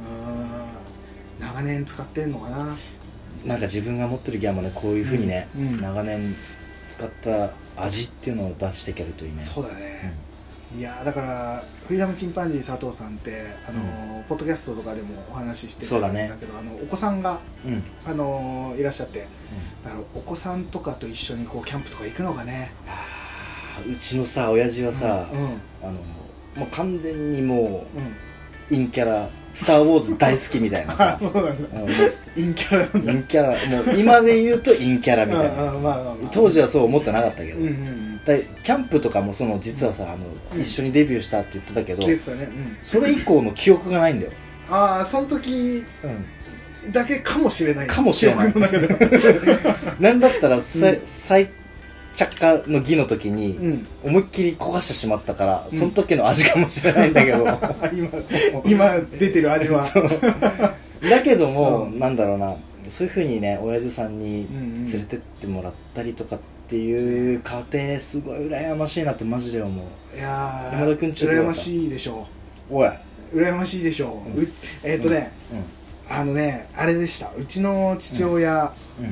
A: うん長年使ってんのかな
B: なんか自分が持ってるギアもねこういうふうにね、
A: うんうん
B: 長年使った味っていうのを出していけるといいね
A: そうだね、いやだからフリーダムチンパンジー佐藤さんってあの、ポッドキャストとかでもお話しして
B: そうだね
A: だけどあのお子さんが
B: うん、うん
A: あのいらっしゃってだからお子さんとかと一緒にこうキャンプとか行くのがね
B: あーうちのさ親父はさ、
A: うんうん
B: あのもう完全にも う陰キャラ「スター・ウォーズ」大好きみたいな
A: あ
B: さ
A: そうなんだ
B: あのもう
A: 陰キャラなんだ
B: 陰キャラもう今で言うと陰キャラみたい
A: ああ
B: な
A: まあまあまあ
B: 当時はそう思ってなかったけど、
A: うんうんうん
B: だキャンプとかもその実はさあの、
A: うん
B: 一緒にデビューしたって言ってたけど
A: 出てたね、うん、
B: それ以降の記憶がないんだよ、
A: ああその時だけかもしれない
B: かもしれない
A: 記憶の中では
B: なんだったらさ、
A: うん
B: 再着火の儀の時に、
A: うん
B: 思いっきり焦がしてしまったからその時の味かもしれない んだけど、
A: あ今今出てる味 は
B: だけども、
A: うん
B: なんだろうなそういうふうにね親父さんに
A: うんうん
B: 連れてってもらったりとかっていう過程すごい羨ましいなってマジで思う
A: いや
B: 山田君ちょっと
A: 羨ましいでしょ
B: おい、
A: う羨ましいでしょう、
B: うん
A: うえっ、とね、あのねあれでしたうちの父親
B: うん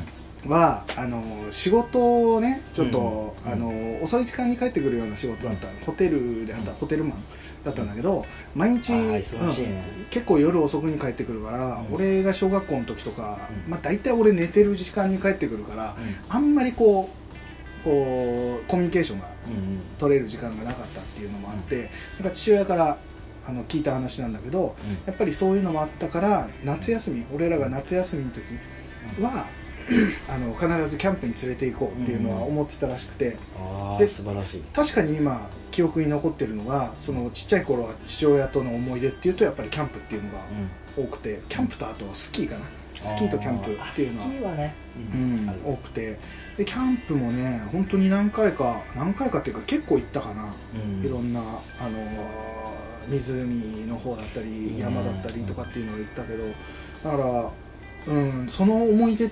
B: うん、
A: は、あの仕事をねちょっと、
B: うん
A: あの遅い時間に帰ってくるような仕事だった、ホテルで働
B: うん
A: ホテルマンだったんだけど毎日
B: あー忙しいね
A: うん結構夜遅くに帰ってくるから、
B: うん
A: 俺が小学校の時とか、
B: うん
A: まあ、大体俺寝てる時間に帰ってくるからあんまりこうこうコミュニケーションが
B: うんうん
A: 取れる時間がなかったっていうのもあって、なんか父親からあの聞いた話なんだけどやっぱりそういうのもあったから夏休み俺らが夏休みの時はあの必ずキャンプに連れて行こうっていうのは思ってたらしくて、
B: あ
A: で
B: あ素晴らしい
A: 確かに今記憶に残ってるのがそのちっちゃい頃は父親との思い出っていうとやっぱりキャンプっていうのが多くてキャンプとあとはスキーかなスキーとキャンプっていうのは
B: あーあスキーはね、
A: うん、
B: ある
A: 多くてでキャンプもね本当に何回か何回かっていうか結構行ったかな、
B: うん
A: いろんなあのー湖の方だった
B: う
A: り
B: ん
A: 山だったりとかっていうのを行ったけどだから、うん、その思い出っ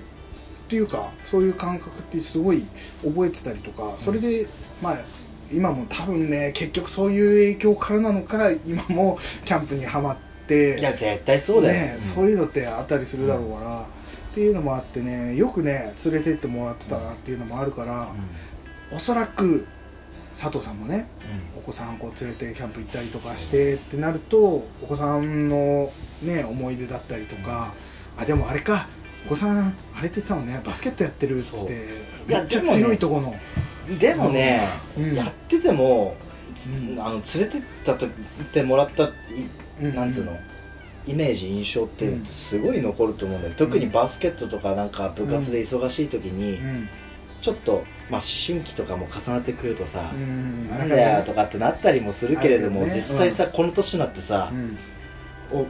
A: ていうかそういう感覚ってすごい覚えてたりとかそれで、まあ今も多分ね結局そういう影響からなのか今もキャンプにはまって
B: いや絶対そうだよ、
A: ねそういうのってあったりするだろうから、っていうのもあってねよくね連れてってもらってたなっていうのもあるから、おそらく佐藤さんもねお子さんをこう連れてキャンプ行ったりとかしてってなるとお子さんの、ね、思い出だったりとか、あでもあれかお子さんあれって言ってたもんねバスケットやってるっつって
B: ういや
A: めっちゃ
B: でもね
A: 強いとこの、
B: うんでもね、
A: うん
B: やってても、つ
A: うん
B: あの連れてったとってもらったい
A: うん
B: なんつうの、イメージ印象って
A: うん
B: すごい残ると思うんだよ、特にバスケットとかなんか部活で忙しい時に、
A: うん
B: ちょっと、まあ、思春期とかも重なってくるとさ、
A: うん
B: なんだよとかってなったりもするけれども、
A: あるよね
B: 実際さ、この年になってさ
A: う、ん
B: お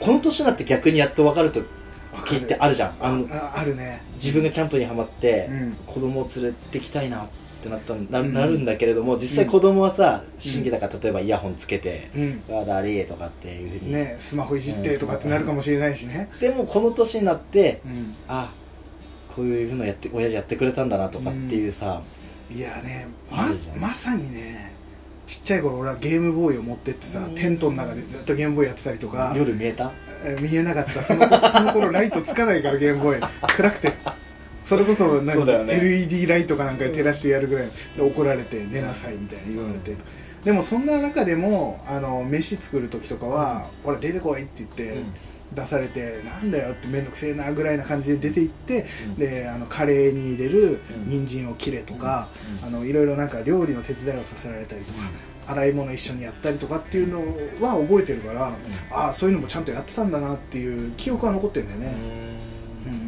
B: この年になって逆にやっと分かる時
A: わかる
B: ってあるじゃんあの
A: ああるね
B: 自分がキャンプにはまって、
A: うん
B: 子供を連れてきたいなってなったな,、
A: うん
B: なるんだけれども実際子供はさ新規だから例えばイヤホンつけて
A: うん
B: 「わ、だりー」とかっていうふうに、
A: ねスマホいじってとかってなるかもしれないしね、
B: でもこの年になって
A: うん、
B: あこういうのやって親父やってくれたんだなとかっていうさ、
A: いやね
B: あ
A: ま
B: るじゃん
A: まさにねちっちゃい頃俺はゲームボーイを持ってってさ、
B: うん
A: テントの中でずっとゲームボーイやってたりとか
B: 夜見えた
A: えー見えなかったその 頃その頃ライトつかないからゲームボーイ暗くてそれこそ何
B: そうだよね
A: LED ライトかなんかで照らしてやるぐらいで怒られて寝なさいみたいに言われて、でもそんな中でもあの飯作る時とかは「ほら出てこい」って言って、出されてなんだよって面倒くせえなぐらいな感じで出て行って、
B: うん
A: であのカレーに入れる
B: うん
A: 人参を切れとか、
B: うん
A: あのいろいろなんか料理の手伝いをさせられたりとか、洗い物一緒にやったりとかっていうのは覚えてるから、ああそういうのもちゃんとやってたんだなっていう記憶は残ってるんだよね、うん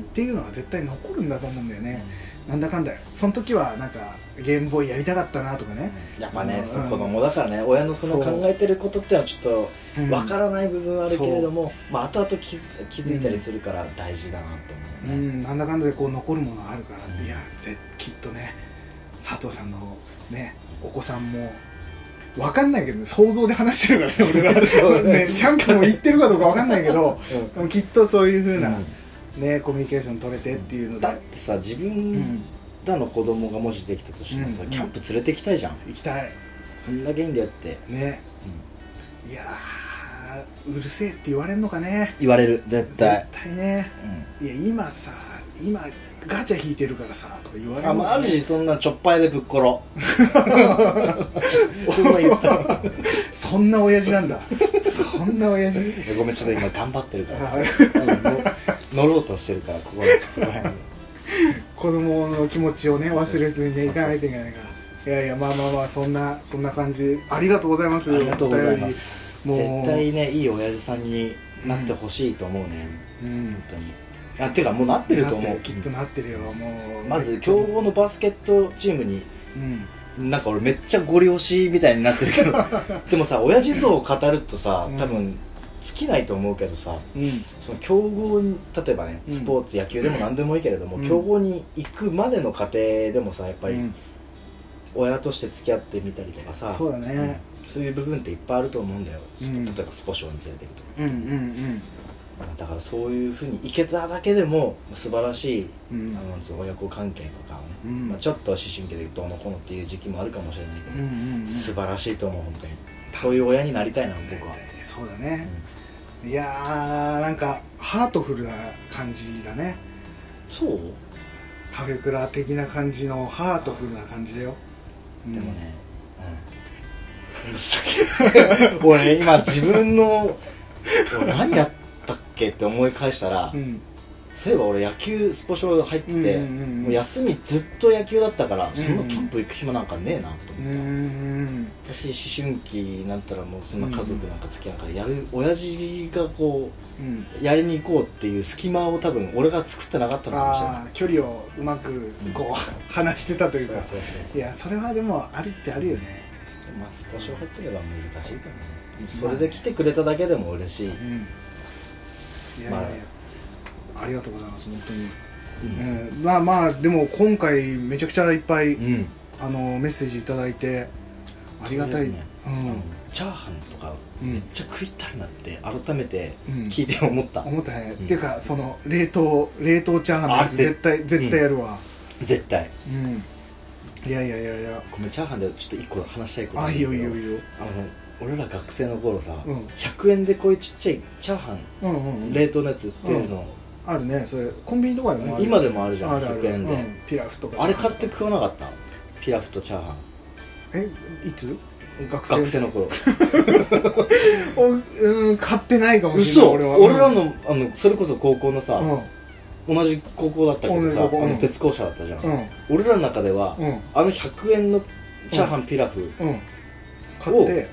A: っていうのは絶対残るんだと思うんだよね、なんだかんだその時はなんかゲームボーイやりたかったなとかね、
B: やっぱね、
A: うん
B: 子供だからね親のその考えてることってのはちょっと
A: うん
B: わからない部分はあるけれども、まあ後々気づ気づいたりするから大事だなと
A: う
B: 思うね、
A: ん、なんだかんだでこう残るものあるから、
B: うん
A: いやぜきっとね佐藤さんのねお子さんもわかんないけど、ね、想像で話してるからね 俺
B: う
A: が、ね、キャンプも行ってるかどうかわかんないけどでもきっとそういうふうな、
B: うん
A: ねコミュニケーション取れてっていうので
B: だってさ自
A: う
B: 分
A: ん
B: らの子供がもしできたとしてもさ、
A: うん
B: キャンプ連れてきたいじゃん
A: 行きたい
B: こんだけいいんだよって
A: ね、いやーうるせえって言われるのかね
B: 言われる絶対
A: 絶対ねいや今さ今ガチャ引いてるからさとか言われる
B: あ
A: のか
B: マ
A: ね
B: ジそんなちょっぱいでぶっ ころそんな言ったら
A: そんな親父なんだそんな親父
B: ごめんちょっと今頑張ってるから
A: はい
B: うん乗ろうとしてるからここにそこら辺に
A: 子供の気持ちをね忘れずにねいかないといけないからいやいやまあまあまあそんなそんな感じありがとうございます
B: ありがとうございます
A: お便りもう
B: 絶対ねいい親父さんになってほしいと思うね、
A: うん
B: 本当にあてかもうなってる
A: な
B: と
A: って
B: 思う
A: るきっとなってるよもう
B: まず強豪のバスケットチームに
A: うん
B: なんか俺めっちゃご利用しみたいになってる けどでもさ親父像を語るとさ
A: うん
B: 多分尽きないと思うけどさ
A: うん
B: その強豪に例えばね
A: うん
B: スポーツ、野球でも何でもいいけれども、
A: うん
B: 強豪に行くまでの過程でもさやっぱ
A: う
B: り
A: ん
B: 親として付き合ってみたりとかさ、
A: そうだね
B: うんそういう部分っていっぱいあると思うんだよ、
A: うん
B: 例えばスポ少に連れていくと
A: うんうん
B: かだからそういうふうに行けただけでも素晴らしい、
A: うんう
B: あ
A: ん
B: のその親子関係とかをね、
A: うん
B: まあ、ちょっと思春期でどうのこうのっていう時期もあるかもしれないけ
A: う
B: ど、
A: んうん
B: 素晴らしいと思う本当にそういう親になりたいな僕は、
A: そうだねいやーなんかハートフルな感じだね
B: そう
A: カフェクラ的な感じのハートフルな感じだよ
B: でもね、うん、すげえ俺今自分の俺何やったっけって思い返したら、
A: うん
B: そういえば俺野球スポ少入ってて、
A: うんうんうん
B: もう休みずっと野球だったから、
A: ん
B: そんなキャンプ行く暇なんかねえなと
A: う
B: 思って、
A: ん
B: 私思春期になったらもうそんな家族なんか付き合うからやる親父がこ
A: うん
B: うやりに行こうっていう隙間を多分俺が作ってなかったのかもしれない
A: ああ距離をうまくこう、話してたという
B: そう
A: か
B: そうそう
A: いやそれはでもあるっちゃあるよね
B: まあスポ少入ってれば難しいかもねそれで来てくれただけでも嬉しい、
A: うんいやいやいや、
B: ま
A: あ、りがとうございます本当に、
B: うん
A: うんまあまあでも今回めちゃくちゃいっぱい、
B: うん
A: あのメッセージいただいてありがたい、
B: ね、
A: う
B: あの
A: ん
B: チャーハンとか
A: うん
B: めっちゃ食いたいなって改めて
A: うん
B: 聞いて思った、
A: 思ったね、
B: うん
A: っていうかその冷凍冷凍チャーハンのやつ
B: あぜ
A: 絶対絶対やるわ
B: 絶対
A: うん、いやいやいやいや
B: ごめんチャーハンでちょっと一個話したいこと
A: あ
B: るん
A: い
B: だ
A: い
B: けど
A: よいいよいいよ
B: あの俺ら学生の頃さ、
A: うん
B: 100円でこういうちっちゃいチャーハン、
A: うんうんうん
B: 冷凍のやつ売ってるの、
A: あるねそれコンビニとかでもある
B: 今でもあるじゃん
A: あるある
B: 100円で
A: うんピラフとか
B: あれ買って食わなかったピラフとチャーハン
A: えいつ学生
B: 学生の頃
A: おうん買ってないかもしれない
B: 嘘
A: 俺
B: 俺
A: は
B: らのあのそれこそ高校のさ、
A: うん
B: 同じ高校だったけど
A: 同じ高
B: さ
A: 校
B: あ
A: う
B: の
A: ん
B: 別校舎だったじゃん、
A: うん
B: 俺らの中では、
A: うん
B: あの100円のチャーハンピラフ、
A: うん買って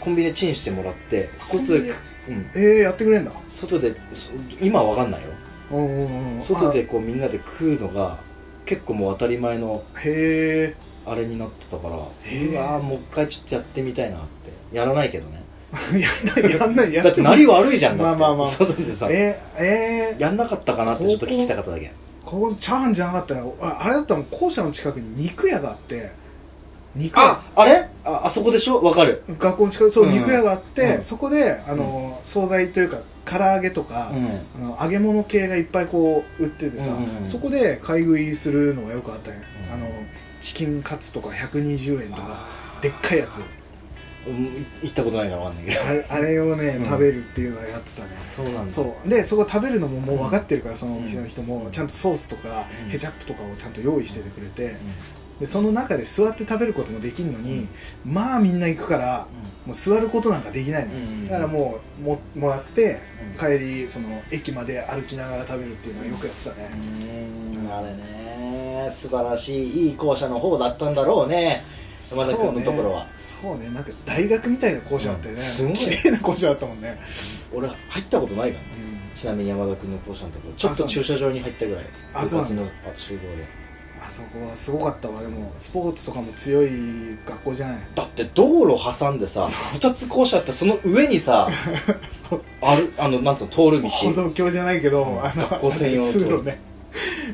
B: コンビニでチンしてもらって外で、うん、
A: えー、やってくれんだ
B: 外でそ今はわかんないよ
A: うんうんうん
B: 外でこうみんなで食うのが結構もう当たり前の
A: あへえ
B: あれになってたからうわ
A: へえ
B: ーもう一回ちょっとやってみたいなってやらないけどね
A: やんないやんないや
B: だってなり悪いじゃん
A: まあ
B: だって
A: まあまあ
B: 外でさ
A: えー、えー、
B: やんなかったかなってちょっと聞きたかっただけ
A: ここチャーハンじゃなかったよああれだったの校舎の近くに肉屋があって肉屋
B: ああれああそこでしょわかる
A: 学校の近くそう、
B: うん
A: 肉屋があって、
B: うん
A: そこであの、惣菜というか唐揚げとか、
B: うん
A: あの揚げ物系がいっぱいこう売っててさ、
B: うんうんうん
A: そこで買い食いするのがよくあったんや、
B: うん
A: あのチキンカツとか120円とか
B: あ
A: でっかいやつ
B: ーうん行ったことないからわかんないけど
A: あれあれをね、
B: うん
A: 食べるっていうのをやってたね
B: そうなんだ
A: そうでそこ食べるのももう分かってるからそのお店の人
B: う
A: も
B: ん
A: ちゃんとソースとか
B: うん
A: ケチャップとかをちゃんと用意しててくれて
B: うん
A: でその中で座って食べることもできんのに、まあみんな行くからもう座ることなんかできないの、
B: うん
A: だからもうももらって
B: うん
A: 帰りその駅まで歩きながら食べるっていうのをよくやってたね、
B: うーんあれね素晴らしいいい校舎の方だったんだろうね山田君のところは
A: そうねそうねなんか大学みたいな校舎だったよね、
B: うんすごい
A: 綺麗な校舎だったもんね、
B: 俺入ったことないからねちなみに山田君の校舎のところちょっと駐車場に入ったぐらい
A: あそうなんだ
B: 部活の集合で
A: あそこはすごかったわでもスポーツとかも強い学校 じゃない
C: だって道路挟んでさ二つ校舎あってその上に さ
A: そう
C: あるあのなんつうの通る道
A: 歩道橋じゃないけど、
C: うん
A: あの
C: 学校専用の
A: 通路ね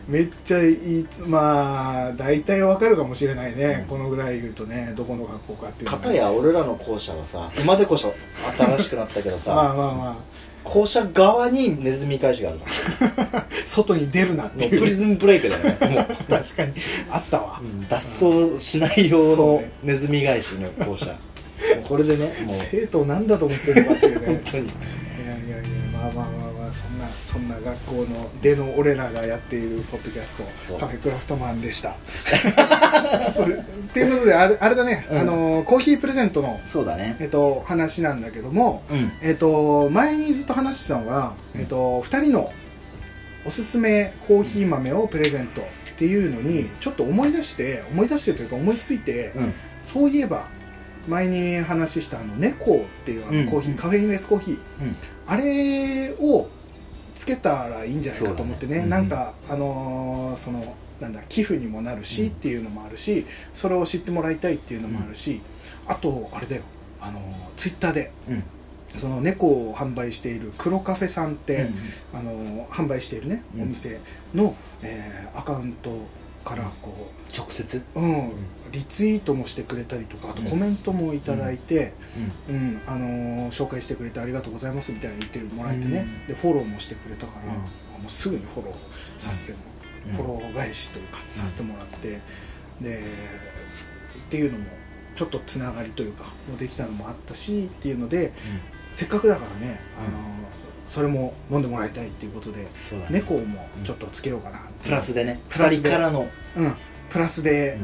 A: めっちゃいいまあ大体わかるかもしれないね、
C: うん
A: このぐらい言うとねどこの学校かっていうのが
C: 片や俺らの校舎はさ今でこそ新しくなったけどさ、
A: まあまあま
C: 校舎側にネズミ返しがあるのも
A: あ外に出るなって
C: うプ
A: いう
C: リズムブレイクだよ ねもう
A: 確かにあったわ、
C: 脱走しない用
A: そう
C: の
A: ね
C: ネズミ返しの 校舎もうこれでねもう
A: 生徒を何だと思ってるのかっていうね
C: 本当に
A: いやいやいやまあまあまあまあそんなそんな学校の出の俺らがやっているポッドキャス
C: そ
A: ト
C: う
A: カフェクラフトマンでした そうっていうことであれあれだね、
C: うん
A: あのコーヒープレゼントの、
B: そうだね
A: えっと、話なんだけども、
B: うん
A: えっと、前にずっと話してたのが、えっと、2人のおすすめコーヒー豆をプレゼントっていうのにちょっと思い出して思い出してというか思いついて、
B: うん
A: そういえば前に話したあの猫っていうあ
B: うん
A: のコーヒー、カフェインレスコーヒー、
B: うん
A: あれをつけたらいいんじゃないかと思ってね
B: そうだね
A: なんか、あのーそのなんだ寄付にもなるしっていうのもあるし、それを知ってもらいたいっていうのもあるし、あとあれだよあのツイッター Twitter で、
B: うん
A: その猫を販売している黒カフェさんって、
B: うん
A: あの販売しているね、
B: うん
A: お店の、えーアカウントからこう、
B: 直接
A: うん、リツイートもしてくれたりとかあと
B: うん
A: コメントもいただいて、うんあのー紹介してくれてありがとうございますみたいな言ってもらえてね、
B: うん
A: でフォローもしてくれたから、
B: うん
A: もうすぐにフォローさせても、
B: うん
A: フォロー返しというかさせてもらって、でっていうのもちょっとつながりというかもうできたのもあったしっていうのでせっかくだからね、あのーそれも飲んでもらいたいっていうことで
B: そうだね
A: 猫もちょっとつけようかな
B: プラスでね
A: プラ
B: 2
A: ス
B: 人
A: で
B: からの
A: うん、プラスで、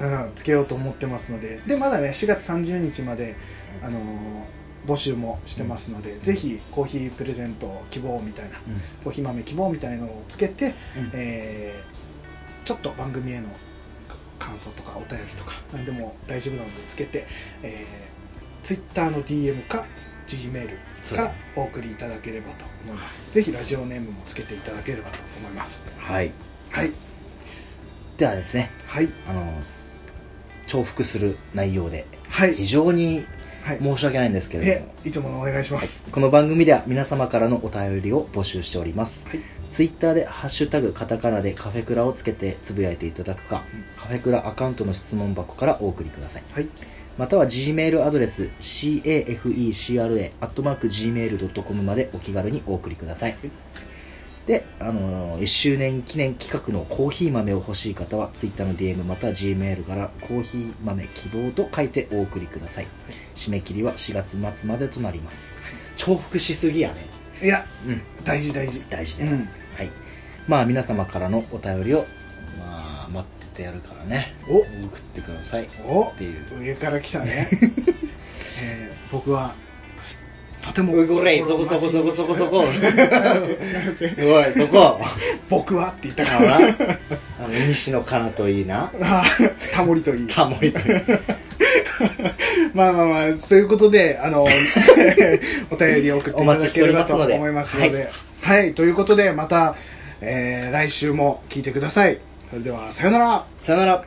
A: うん、つけようと思ってますのででまだね4月30日まで、あのー募集もしてますので、ぜひコーヒープレゼント希望みたいなコーヒー豆希望みたいのをつけて、
B: うん
A: えーちょっと番組へのか感想とかお便りとか何でも大丈夫なのでつけて、えー、Twitter の DM か G メールからお送りいただければと思いますぜひラジオネームもつけていただければと思います
B: はい
A: はい
B: ではですね
A: はい
B: あの重複する内容で
A: はい
B: 非常に
A: はい
B: 申し訳ないんですけれど
A: え
B: も
A: いつものお願いします、
B: この番組では皆様からのお便りを募集しております、
A: はい
B: ツイッターで「ハッシュタグカタカナ」でカフェクラをつけてつぶやいていただくか、
A: うん
B: カフェクラアカウントの質問箱からお送りください
A: はい
B: または G メールアドレス cafecra.gmail.com までお気軽にお送りください、
A: い
B: で、あのー1周年記念企画のコーヒー豆を欲しい方は Twitter の DM または G メールからコーヒー豆希望と書いてお送りください、締め切りは4月末までとなります、重複しすぎやね
A: いや
B: うん
A: 大事大事
B: 大事
A: う
B: だよ、
A: ん
B: はいまあ皆様からのお便りをまあ待っててやるからね
A: お
B: 送ってくださいっ
A: お
B: ていう
A: 上から来た ね、えー、僕はすとても
C: おれいそこそこそこそこそ こおいそこ
A: 僕はって言ったか
B: あ
A: ら
B: らあの西野カナといいな
A: あー タモリといい
B: タモリ
A: まあまあまあということであの お便りを送っていただければと思いますので
B: お待ちしておりますので
A: はい、ということでまた、えー来週も聞いてくださいそれではさよなら
B: さよなら